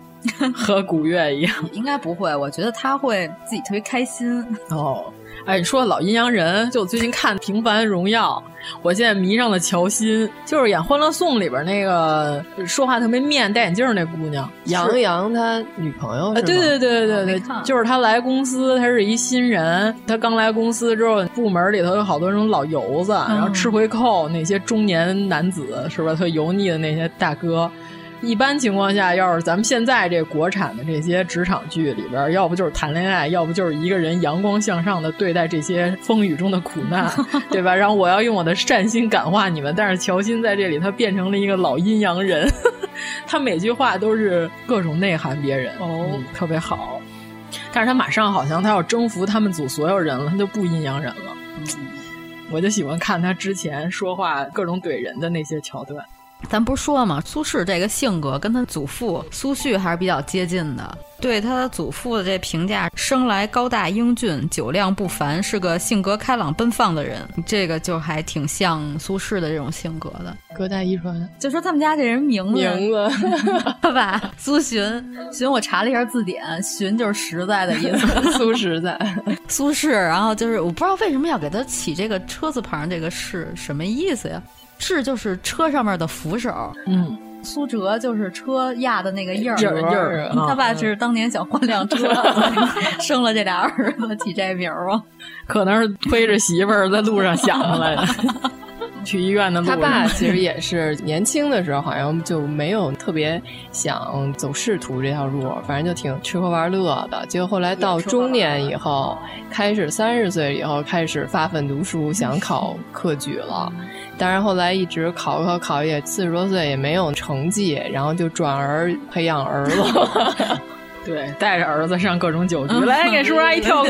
和古月一样？
应该不会。我觉得他会自己特别开心。
哦，哎，你说老阴阳人，就我最近看《平凡荣耀》，我现在迷上了乔欣，就是演《欢乐颂》里边那个说话特别面、戴眼镜儿那姑娘
杨
是
洋他女朋友
啊，
是吗？
对对对对对
没看，
就是他来公司，他是一新人，他刚来公司之后，部门里头有好多那种老油子，然后
嗯
吃回扣那些中年男子是吧？特油腻的那些大哥。一般情况下，要是咱们现在这国产的这些职场剧里边，要不就是谈恋爱，要不就是一个人阳光向上的对待这些风雨中的苦 难，对吧？然后我要用我的善心感化你们，但是乔欣在这里，他变成了一个老阴阳人， 他每句话都是各种内涵别人，哦、特别好。但是他马上好像他要征服他们组所有人了，他就不阴阳人了。
嗯
我就喜欢看他之前说话各种怼人的那些桥段。
咱不是说嘛，苏轼这个性格跟他祖父苏煦还是比较接近的。对他祖父的这评价，生来高大英俊，酒量不凡，是个性格开朗奔放的人。这个就还挺像苏轼的这种性格的。
隔代遗传
就说他们家这人名字，
名字，
爸爸苏洵，洵我查了一下字典，洵就是实在的意思。
苏实在。
苏轼，然后就是我不知道为什么要给他起这个车字旁这个是什么意思呀？是就是车上面的扶手，
嗯，
苏辙就是车压的那个印儿，
印儿印儿啊
他爸是当年想换辆车， 生了这俩儿子起这名儿嘛。哦
可能是推着媳妇儿在路上想出来的。 去医院的路
他
上。
爸其实也是年轻的时候，好像就没有特别想走仕途这条路，反正就挺吃喝玩乐的。结果后来到中年以后，开始三十岁以后开始发奋读书，想考科举了。当然后来一直考考考也四十多岁也没有成绩，然后就转而培养儿子。
对，带着儿子上各种酒局，来给叔叔
嗯
阿姨跳舞。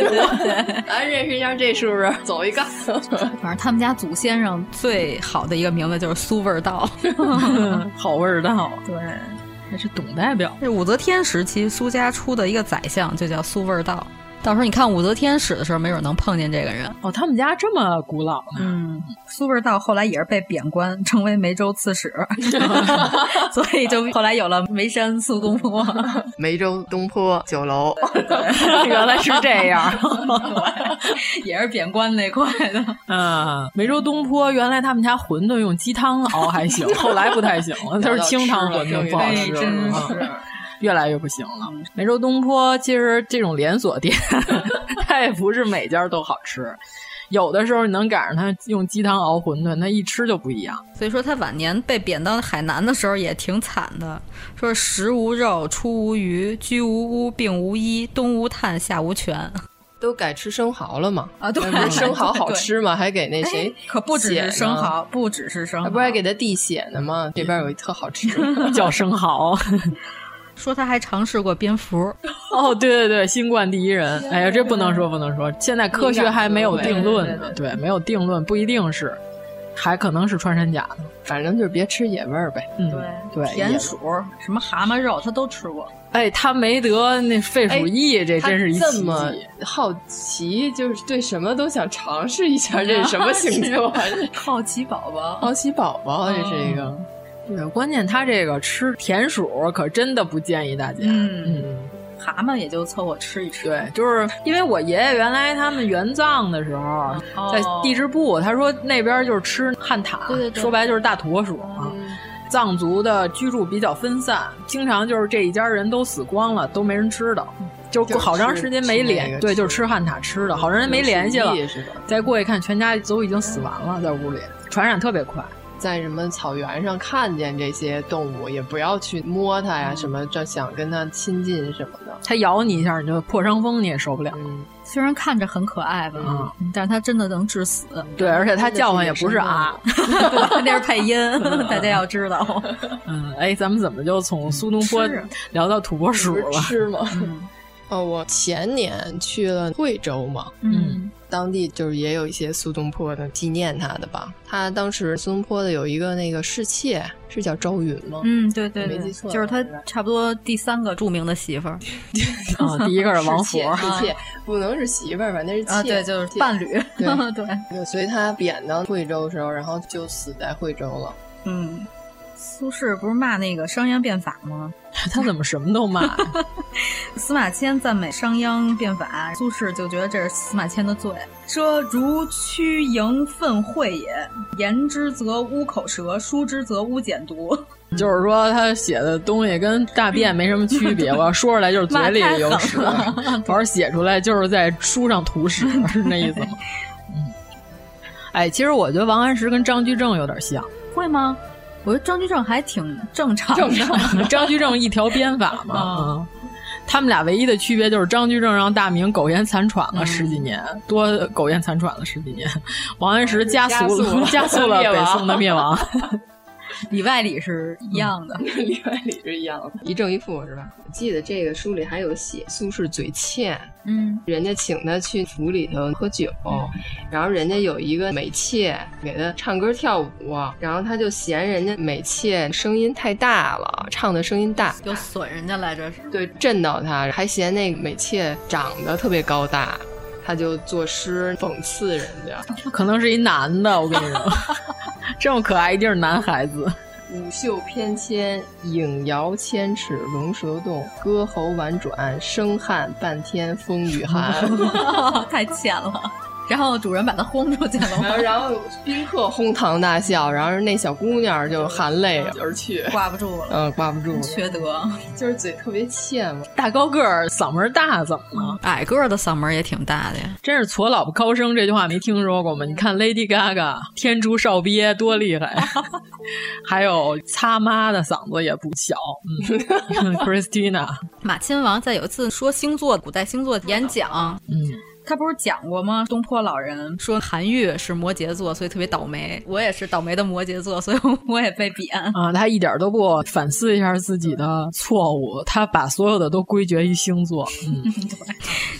来认识一下这叔叔， 走一个。
反正他们家祖先上最好的一个名字就是苏味 道，
嗯好味道。
对，
那是董代表。
这武则天时期苏家出的一个宰相就叫苏味道，到时候你看武则天史的时候，没准能碰见这个人。
哦，他们家这么古老呢？
嗯，苏味道后来也是被贬官，成为梅州刺 史，所以就后来有了梅山苏东坡。
梅州东坡酒楼，
原来是这 样，
也是贬官那块的。
啊，梅州东坡原来他们家馄饨用鸡汤熬还 行，后来不太行了，都是清汤馄饨不好吃了，
真
啊
是。
越来越不行了。梅州东坡其实这种连锁店， 它也不是每家都好吃。有的时候你能赶上它用鸡汤熬馄饨，它一吃就不一样。
所以说他晚年被贬到海南的时候也挺惨的，说食无肉，出无鱼，居无屋，病无衣，冬无炭，夏无泉。
都改吃生蚝了嘛？
啊对
那不是生蚝好吃吗？还给
哎
那谁
哎
可不只
写
是
呢
生蚝，，不只是生
还
蚝，
不是还给他弟写呢吗？这边有一特好吃
叫生蚝。
说他还尝试过蝙蝠，
哦，对对对，新冠第一人。哎呀，这不能说，不能说，现在科学还没有定论呢。对，没有定论，不一定是，还可能是穿山甲呢。
反正就是别吃野味儿呗。
嗯，
对
对，
田鼠、什么蛤蟆肉，他都吃 过。
哎，他没得那肺
哎
鼠疫，这
他
真是一
这
奇
么
迹。
好奇，就是对什么都想尝试一下，这是什么星座 啊？这
好奇宝宝，
好奇宝
啊
宝，这是一个。
对，关键他这个吃田鼠可真的不建议大家。
嗯，蛤�蟆也就凑合吃一吃。
对，就是因为我爷爷原来他们援藏的时候，
哦
在地质部，他说那边就是吃旱獭，
对对对
说白了就是大驼鼠啊。藏族的居住比较分散，经常就是这一家人都死光了，都没人知道，就
就是
好长
吃
时间没
吃那
联，
个
对，
吃
就是吃旱獭吃的，好长时间没
有
联系
鼠
了
疫似的。
再过去看，全家都已经死完了，在屋里传染特别快。
在什么草原上看见这些动物，也不要去摸它呀，什么这想跟它亲近什么的。
嗯
嗯
它咬你一下，你就破伤风，你也受不了。
虽然看着很可爱吧，但是它真的能致死。
对，而且它叫唤也不是啊。
对， 那是配音，大家要知道。
嗯，哎，咱们怎么就从苏东坡
吃
聊到土拨鼠
不是
了？
吃吗？哦，我前年去了惠州嘛，
嗯，
当地就是也有一些苏东坡的纪念他的吧。他当时苏东坡的有一个那个侍妾，是叫周云吗？
嗯，对对
没
对，
记错
就是他差不多第三个著名的媳妇儿，
啊，第一个是王啊
侍
佛
妾，，侍妾不能是媳妇儿吧？那是妾，
啊，对，就是
妾
伴侣，
对
对，
对，所以他贬到惠州的时候，然后就死在惠州了。
嗯。苏轼不是骂那个商鞅变法吗？
他怎么什么都骂？
司马迁赞美商鞅变法，苏轼就觉得这是司马迁的罪，说如屈盈愤秽也，言之则乌口舌，书之则乌简 毒，
就是说他写的东西跟大便没什么区 别，我要说出来就是嘴里有屎， 我要写出来就是在书上吐 屎，是那意思吗？嗯，哎，其实我觉得王安石跟张居正有点像，
会吗？我觉得张居正还挺正常的，
张居正一条鞭法嘛。 嗯他们俩唯一的区别就是张居正让大明苟延残喘了十几年，多苟延残喘了十几年。王安石加速了加
加
速
速
了
了
北宋的灭
灭
亡。
里外里是一样的。
里外里是一样的，一正一负是吧？我记得这个书里还有写苏轼嘴欠，
嗯，
人家请他去府里头喝酒，然后人家有一个美妾给他唱歌跳舞，然后他就嫌人家美妾声音太大了，唱的声音大，
就损人家来着是，
对，震到他，还嫌那美妾长得特别高大，他就作诗讽刺人家。
可能是一男的，我跟你 说，这么可爱一定是男孩子。
舞袖翩跹，影摇千尺龙蛇动，歌喉婉转，生汉半天风雨寒。
太浅了。
然后主人把他轰出去了
然后， 然后宾客哄堂大笑，然后那小姑娘就含泪而去，
挂不住了，
嗯，挂不住了，
缺德，
就是嘴特别欠嘛。
大高个儿嗓门大怎么了？
矮个儿的嗓门也挺大的呀。
真是“矬老婆高声”这句话没听说过吗？你看 Lady Gaga 天竺少憋多厉害，还有擦妈的嗓子也不小。嗯 Christina
马亲王在有一次说星座古代星座演讲，
嗯。
他不是讲过吗？东坡老人说韩愈是摩羯座，所以特别倒霉。我也是倒霉的摩羯座，所以我也被贬
啊。他一点都不反思一下自己的错误，他把所有的都归结于星座。嗯、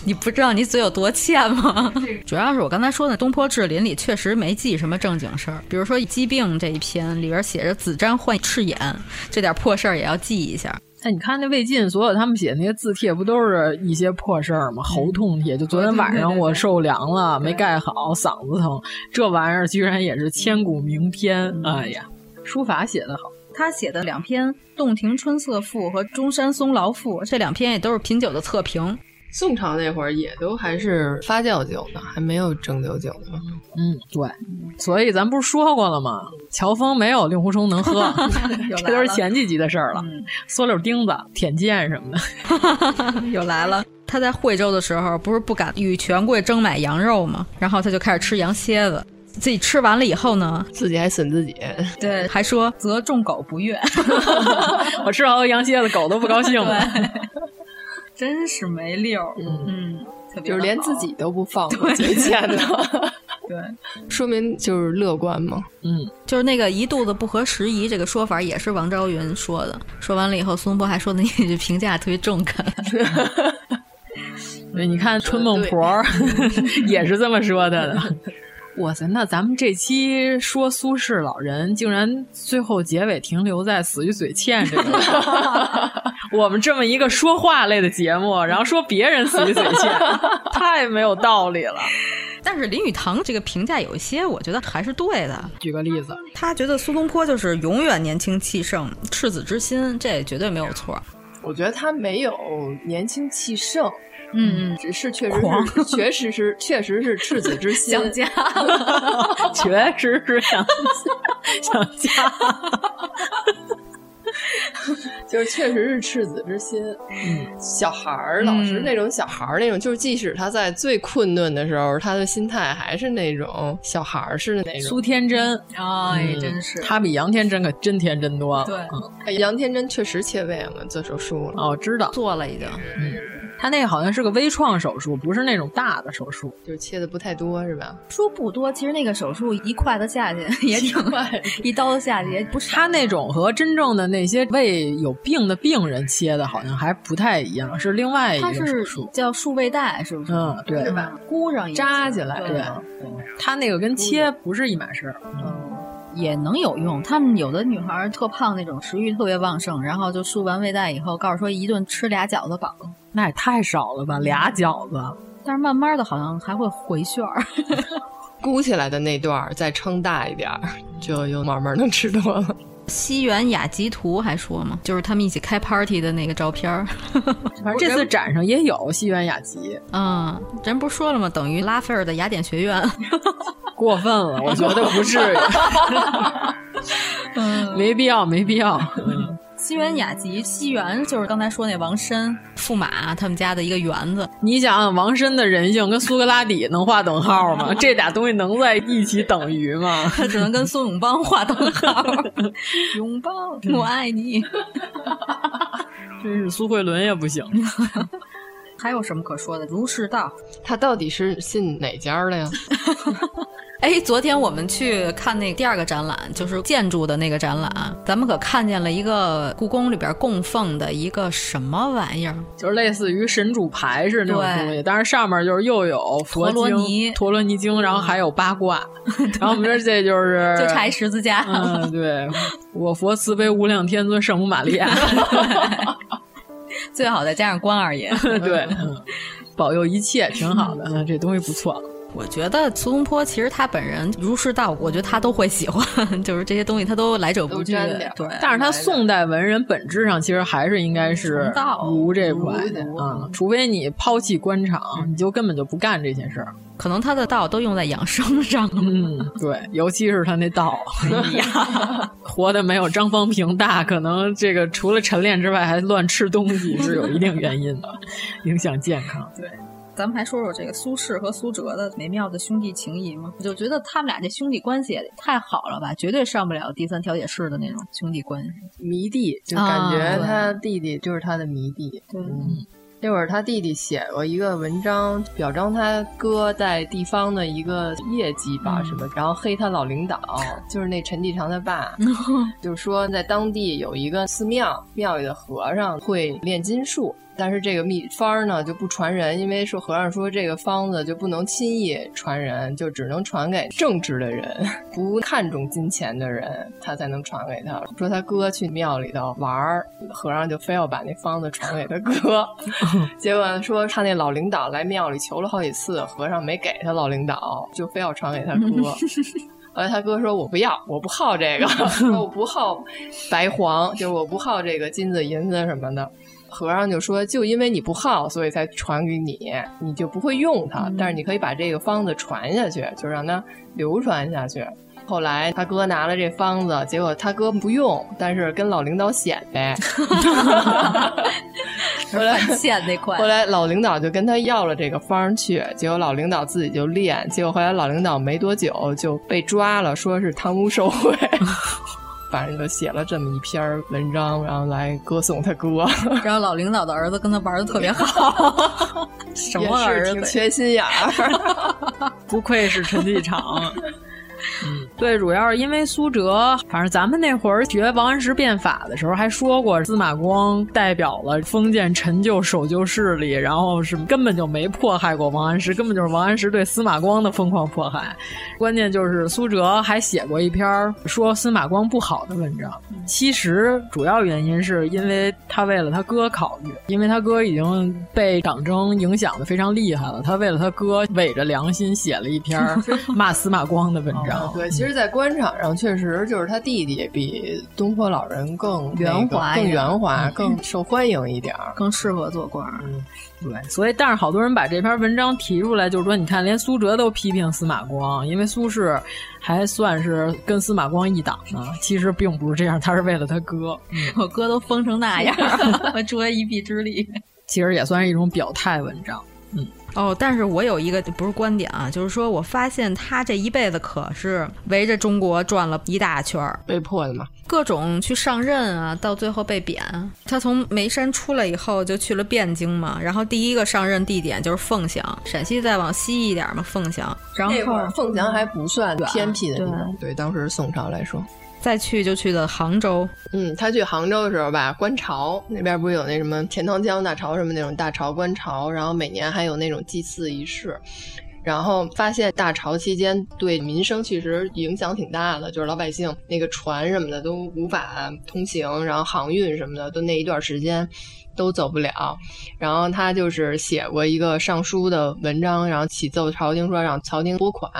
你不知道你嘴有多欠吗？主要是我刚才说的《东坡志林》里确实没记什么正经事儿，比如说疾病这一篇里边写着子瞻患赤眼，这点破事儿也要记一下。
那哎你看那魏晋，所有他们写那些字帖，不都是一些破事儿吗？喉痛帖，就昨天晚上我受凉了，没盖好，嗓子疼，这玩意儿居然也是千古名篇。哎呀，书法写得好。
他写的两篇《洞庭春色赋》和《中山松劳赋》，这两篇也都是品酒的测评。
宋朝那会儿也都还是发酵酒呢，还没有蒸馏酒呢。
嗯，对，所以咱不是说过了吗？乔峰没有令狐冲能喝， 这都是前几集的事儿了。缩溜钉子、舔剑什么
的， 又来了。他在惠州的时候，不是不敢与权贵争买羊肉吗？然后他就开始吃羊蝎子。自己吃完了以后呢，
自己还损自己，
对，还说则众狗不 悦。
我吃好多羊蝎子，狗都不高兴了。
真是没溜儿，嗯，嗯
就是连自己都不放过，最欠的，
对，
说明就是乐观嘛，
嗯，
就是那个一肚子不合时宜这个说法也是王昭云说的，说完了以后，孙波还说的那句评价特别中肯。
对，你看春梦婆 也是这么说的。哇塞！那咱们这期说苏轼老人，竟然最后结尾停留在“死于嘴欠”这个。我们这么一个说话类的节目，然后说别人死于嘴欠，太没有道理了。
但是林语堂这个评价有一些，我觉得还是对的。
举个例子，
他觉得苏东坡就是永远年轻气盛、赤子之心，这绝对没有错。
我觉得他没有年轻气盛。
嗯，
只是确实是，确实是，确实是赤子之心，
想家，
确实是想想家，
就是确实是赤子之心。
嗯，
小孩儿老是那种小孩儿那种，嗯、就是即使他在最困顿的时候，他的心态还是那种小孩儿似的那种。
苏天真，
哎，真是、嗯、
他比杨天真可真天真多了。
对、
嗯，杨天真确实切胃了，做手术了。
哦，知道
做了已经。
嗯。他那个好像是个微创手术，不是那种大的手术，
就是切的不太多，是吧？
说不多，其实那个手术一筷子下去也挺快， 一刀下去也不是。
他那种和真正的那些胃有病的病人切的，好像还不太一样，是另外一个手术，
叫束胃带，是不是？
嗯，对，
是吧？箍上
扎起来，对。他那个跟切不是一码事儿。嗯。
也能有用。他们有的女孩特胖，那种食欲特别旺盛，然后就束完胃带以后，告诉说一顿吃俩饺子饱，
那也太少了吧，俩饺子。
但是慢慢的，好像还会回旋儿，
鼓起来的那段再撑大一点，就又慢慢能吃多了。
西园雅集图还说吗？就是他们一起开 party 的那个照片儿，
反正这次展上也有西园雅集。
嗯，咱不是说了吗？等于拉斐尔的雅典学院，
过分了，我觉得不至于，
嗯、
没必要，没必要。嗯
西园雅集，西园就是刚才说那王申、驸马他们家的一个园子。
你想，王申的人性跟苏格拉底能划等号吗？这俩东西能在一起等于吗？
他只能跟孙永邦划等 号。 永邦，我爱你。
真是嗯苏慧伦也不行。
还有什么可说的？儒释道，
他到底是信哪家的呀？
哎，昨天我们去看那第二个展览，就是建筑的那个展览，咱们可看见了一个故宫里边供奉的一个什么玩意儿，
就是类似于神主牌似那种东西，但是上面就是又有佛
陀罗尼、嗯
陀罗尼经，然后还有八 卦，然后我们这这就是
呃
就差一十字架，
嗯，对，我佛慈悲无量天尊圣母玛利亚，
最好再加上关二爷，
嗯
嗯
对，保佑一切，挺好的，这东西不错。
我觉得苏东坡其实他本人儒释道，我觉得他都会喜欢， 就是这些东西他都来者不拒。对，
但是他宋代文人本质上其实还是应该是儒这块啊、嗯，除非你抛弃官场，
嗯
你就根本就不干这些事儿。
可能他的道都用在养生上了，
嗯，对，尤其是他那道， 活的没有张方平大，可能这个除了晨练之外，还乱吃东西是有一定原因的，影响健康。
对。咱们还说说这个苏轼和苏辙的美妙的兄弟情谊吗？我就觉得他们俩这兄弟关系也太好了吧，绝对上不了第三调解室的那种兄弟关系。
迷弟就感
啊
觉他弟弟就是他的迷弟。
对、
嗯
啊，
那会儿他弟弟写过一个文章，表彰他哥在地方的一个业绩吧，嗯、什么，然后黑他老领导，就是那陈继常他爸，就是说在当地有一个寺庙，庙里的和尚会炼金术。但是这个秘方呢就不传人，因为说和尚说这个方子就不能轻易传人，就只能传给正直的人， 不看重金钱的人，他才能传给他。说他哥去庙里头玩儿，和尚就非要把那方子传给他哥，结果说他那老领导来庙里求了好几次，和尚没给他老领导，就非要传给他哥。后来他哥说：“我不要，我不好这个， 说我不好白黄，就是我不好这个金子银子什么的。”和尚就说：“就因为你不好，所以才传给你，你就不会用它。嗯、但是你可以把这个方子传下去，就让它流传下去。”后来他哥拿了这方子，结果他哥不用，但是跟老领导显摆。 后来
现那块，
后来老领导就跟他要了这个方去，结果老领导自己就练，结果后来老领导没多久就被抓了，说是贪污受贿。 反正就写了这么一篇文章，然后来歌颂他哥。
然后老领导的儿子跟他玩的特别好，什么儿
子？挺缺心眼儿，
不愧是陈继常。嗯， 对，主要是因为苏辙，反正咱们那会儿学王安石变法的时候还说过，司马光代表了封建陈旧守旧势力，然后是根本就没迫害过王安石，根本就是王安石对司马光的疯狂迫害。关键就是苏辙还写过一篇说司马光不好的文章，
嗯
其实主要原因是因为他为了他哥考虑，因为他哥已经被党争影响的非常厉害了，他为了他哥违着良心写了一篇 骂司马光的文章。
哦、 对，其实，在官场上，确实就是他弟弟比东坡老人更
圆滑、
那个、更圆滑、嗯、更受欢迎一点儿，
更适合做官。
嗯对，所以但是好多人把这篇文章提出来，就是说，你看，连苏辙都批评司马光，因为苏轼还算是跟司马光一党呢。其实并不是这样，他是为了他哥，
嗯、 我哥都疯成那样，我助他一臂之力，
其实也算是一种表态文章。嗯。
哦，但是我有一个不是观点啊，就是说我发现他这一辈子可是围着中国转了一大圈儿，
被迫的嘛，
各种去上任啊，到最后被贬。他从眉山出来以后就去了汴京嘛，然后第一个上任地点就是凤翔，陕西再往西一点嘛，凤翔。然后
嗯凤翔还不算偏僻的地方，对当时宋朝来说。
再去就去的杭州，
嗯，他去杭州的时候吧，观潮那边不是有那什么钱塘江大潮什么那种大潮观潮，然后每年还有那种祭祀仪式，然后发现大潮期间对民生其实影响挺大的，就是老百姓那个船什么的都无法通行，然后航运什么的都那一段时间。都走不了，然后他就是写过一个上书的文章，然后启奏朝廷说让朝廷拨款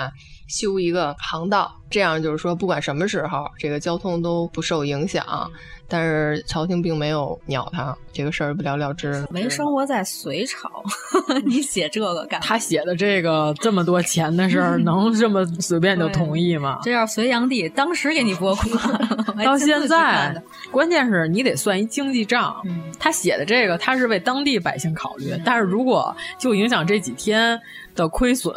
修一个航道，这样就是说不管什么时候这个交通都不受影响。但是朝廷并没有鸟他，这个事儿不了了之。
没生活在隋朝， 你写这个干嘛？
他写的这个这么多钱的事儿，能这么随便就同意吗？
这要隋炀帝当时给你拨款，
到现在，关键是你得算一经济账。嗯、他写的这个，他是为当地百姓考虑，嗯、但是如果就影响这几天的亏损。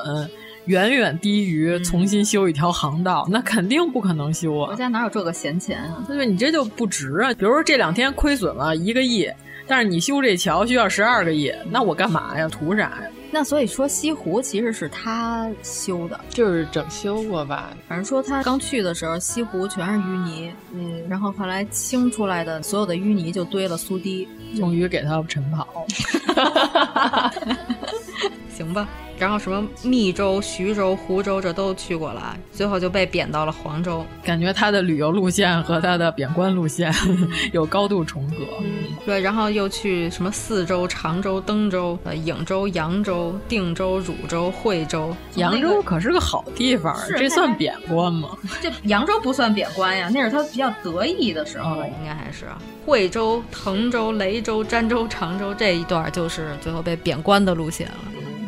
远远低
嗯
于重新修一条航道，嗯、那肯定不可能修啊！
国家哪有这个闲钱啊？
对，你这就不值啊！比如说这两天亏损了一个亿，但是你修这桥需要十二个亿，那我干嘛呀？图啥呀？
那所以说，西湖其实是他修的，
就是整修过吧。
反正说他刚去的时候，西湖全是淤泥，嗯，然后后来清出来的所有的淤泥就堆了苏堤，
终于给他晨跑。
行吧。然后什么密州、徐州、湖州这都去过了，最后就被贬到了黄州。
感觉他的旅游路线和他的贬官路线 有高度重合。
嗯
对，然后又去什么四州、常州、登州、呃颍州、扬州、定州、汝州、惠州。
扬州可是个好地方，
是
这
那
算
还
贬官 吗？
这扬州不算贬官呀，那是他比较得意的时候。
哦应该还是啊惠州、滕州、雷州、詹州、常州这一段，就是最后被贬官的路线了。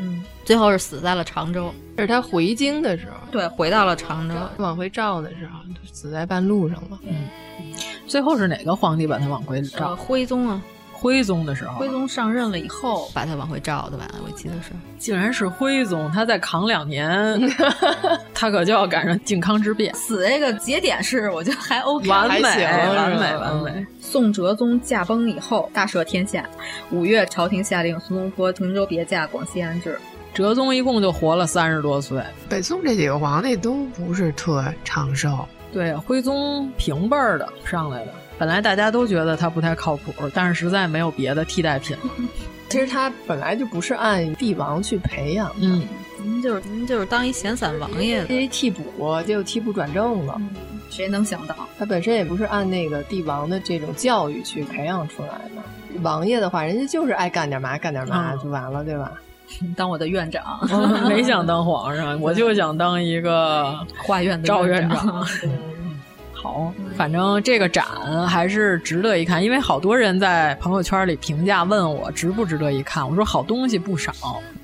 嗯，最后是死在了常州，
这是他回京的时候，
对，回到了常州。
往回照的时候，死在半路上了。嗯，
最后是哪个皇帝把他往回召？
哦
徽宗啊，
徽宗的时候，
徽宗上任了以后，把他往回召的吧，我记得是。
竟然是徽宗，他再扛两 年，他可就要赶上靖康之变。
死这个节点是，我觉得还 OK，
完美，
哎
完美，完美。
宋哲宗驾崩以后，大赦天下。五月，朝廷下令苏东坡同州别驾广西安置。
哲宗一共就活了三十多岁，
北宋这几个皇帝都不是特长寿。
对，徽宗平辈儿的上来的，本来大家都觉得他不太靠谱，但是实在没有别的替代品了。
其实他本来就不是按帝王去培养的，
嗯，
您就是您就是当一闲散王爷的，
哎
因为替补，结果替补转正了。
谁能想到？
他本身也不是按那个帝王的这种教育去培养出来的。王爷的话，人家就是爱干点嘛干点嘛
嗯
就完了，对吧？
当我的院长，
没想当皇上，我就想当一 个
画院的
赵院
长啊
长。。 好，反正这个展还是值得一看，因为好多人在朋友圈里评价问我值不值得一看，我说好东西不少，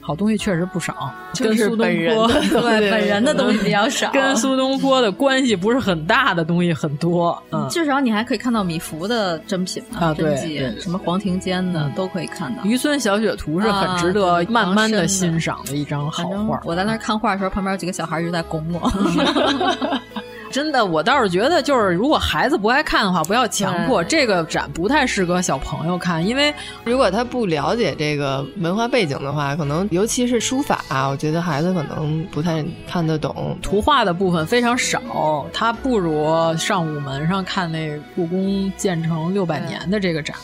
好东西确实不少，
就
跟
是
苏东
本人
坡
的 对
本人的东西比较少
跟苏东坡的关系不是很大的东西很多，嗯，
至少你还可以看到米芾的真品嘛，
啊
真
对
迹
对对嗯
什么黄庭坚的、都可以看到。
渔村小雪图是很值
啊
得
对
慢慢
王生的
的欣赏的一张好
反正
画。
我在那儿看画的时候，旁边有几个小孩一直在拱我。
嗯真的，我倒是觉得，就是如果孩子不爱看的话，不要强迫。这个展不太适合小朋友看，因为
如果他不了解这个文化背景的话，可能尤其是书法、啊我觉得孩子可能不太看得懂。
图画的部分非常少，它不如上午门上看那故宫建成六百年的这个展。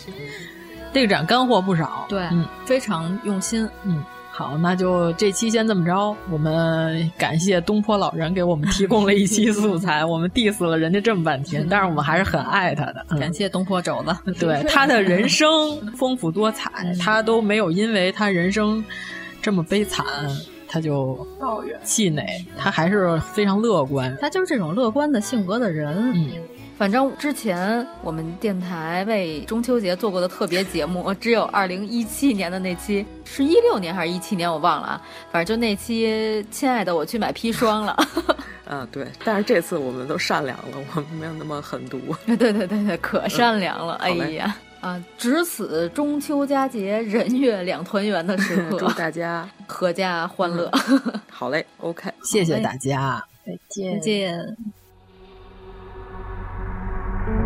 这个展干货不少，
对，
嗯
非常用心。
嗯。好，那就这期先这么着。我们感谢东坡老人给我们提供了 一期素材，我们 diss 了人家这么半天，但是我们还是很爱他的。嗯
感谢东坡肘子，
对他
啊
的人生丰富多彩，他都没有因为他人生这么悲惨，他就
抱怨
气馁，他还是非常乐观。
他就是这种乐观的性格的人。
嗯，
反正之前我们电台为中秋节做过的特别节目，只有二零一七年的那期，是一六年还是一七年我忘了啊，反正就那期，亲爱的，我去买砒霜了。
啊，对，但是这次我们都善良了，我们没有那么狠毒。
对对对对，可善良了，哎
嗯好嘞
呀啊！值此中秋佳节人月两团圆的 时刻，
祝大嗯家
阖家欢乐。
好嘞，OK，
谢谢大家。
再
再
见
见。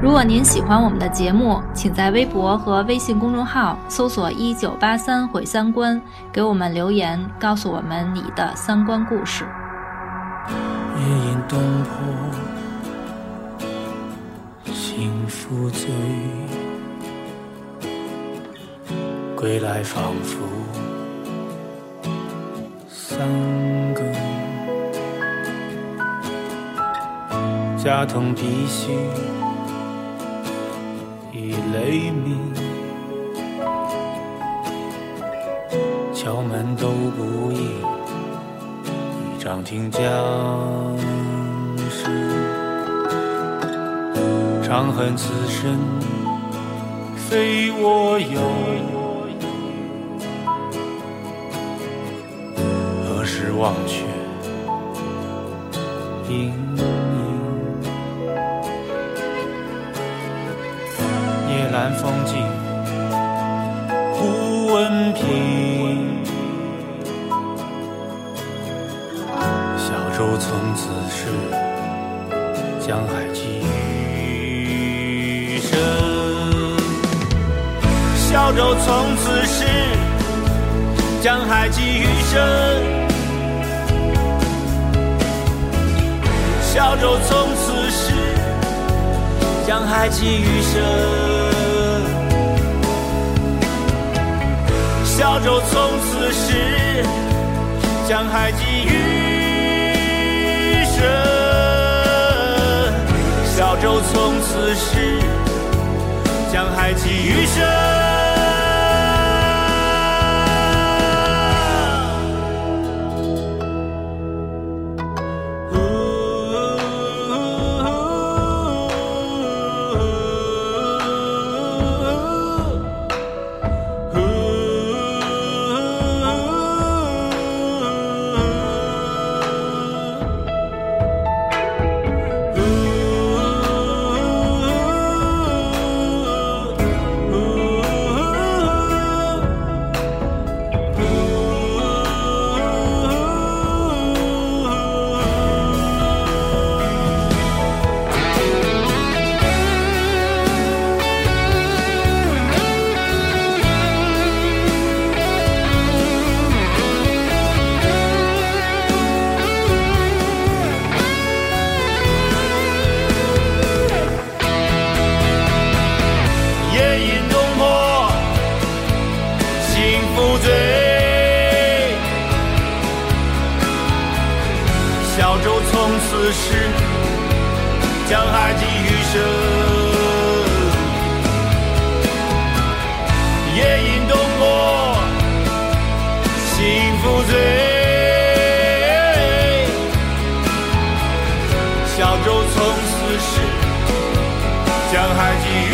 如果您喜欢我们的节目，请在微博和微信公众号搜索“一九八三毁三观”，给我们留言，告诉我们你的三观故事。
夜宴东坡，幸福醉，归来仿佛三更，家童脾虚，已雷鸣，敲门都不应。长听江声，长恨此身非我有，何时忘却阴影？夜阑风静，忽闻平。小舟从此逝，江海寄身。
小舟从此逝，江海寄余生。小舟从此逝，江海寄余生。小舟从此逝，
将海寄于深。小舟从此逝，将海寄于深。夜饮浓墨，幸福醉。小舟从此逝，江海寄余生。夜饮浓墨，幸福醉。小舟从此逝，江海寄余。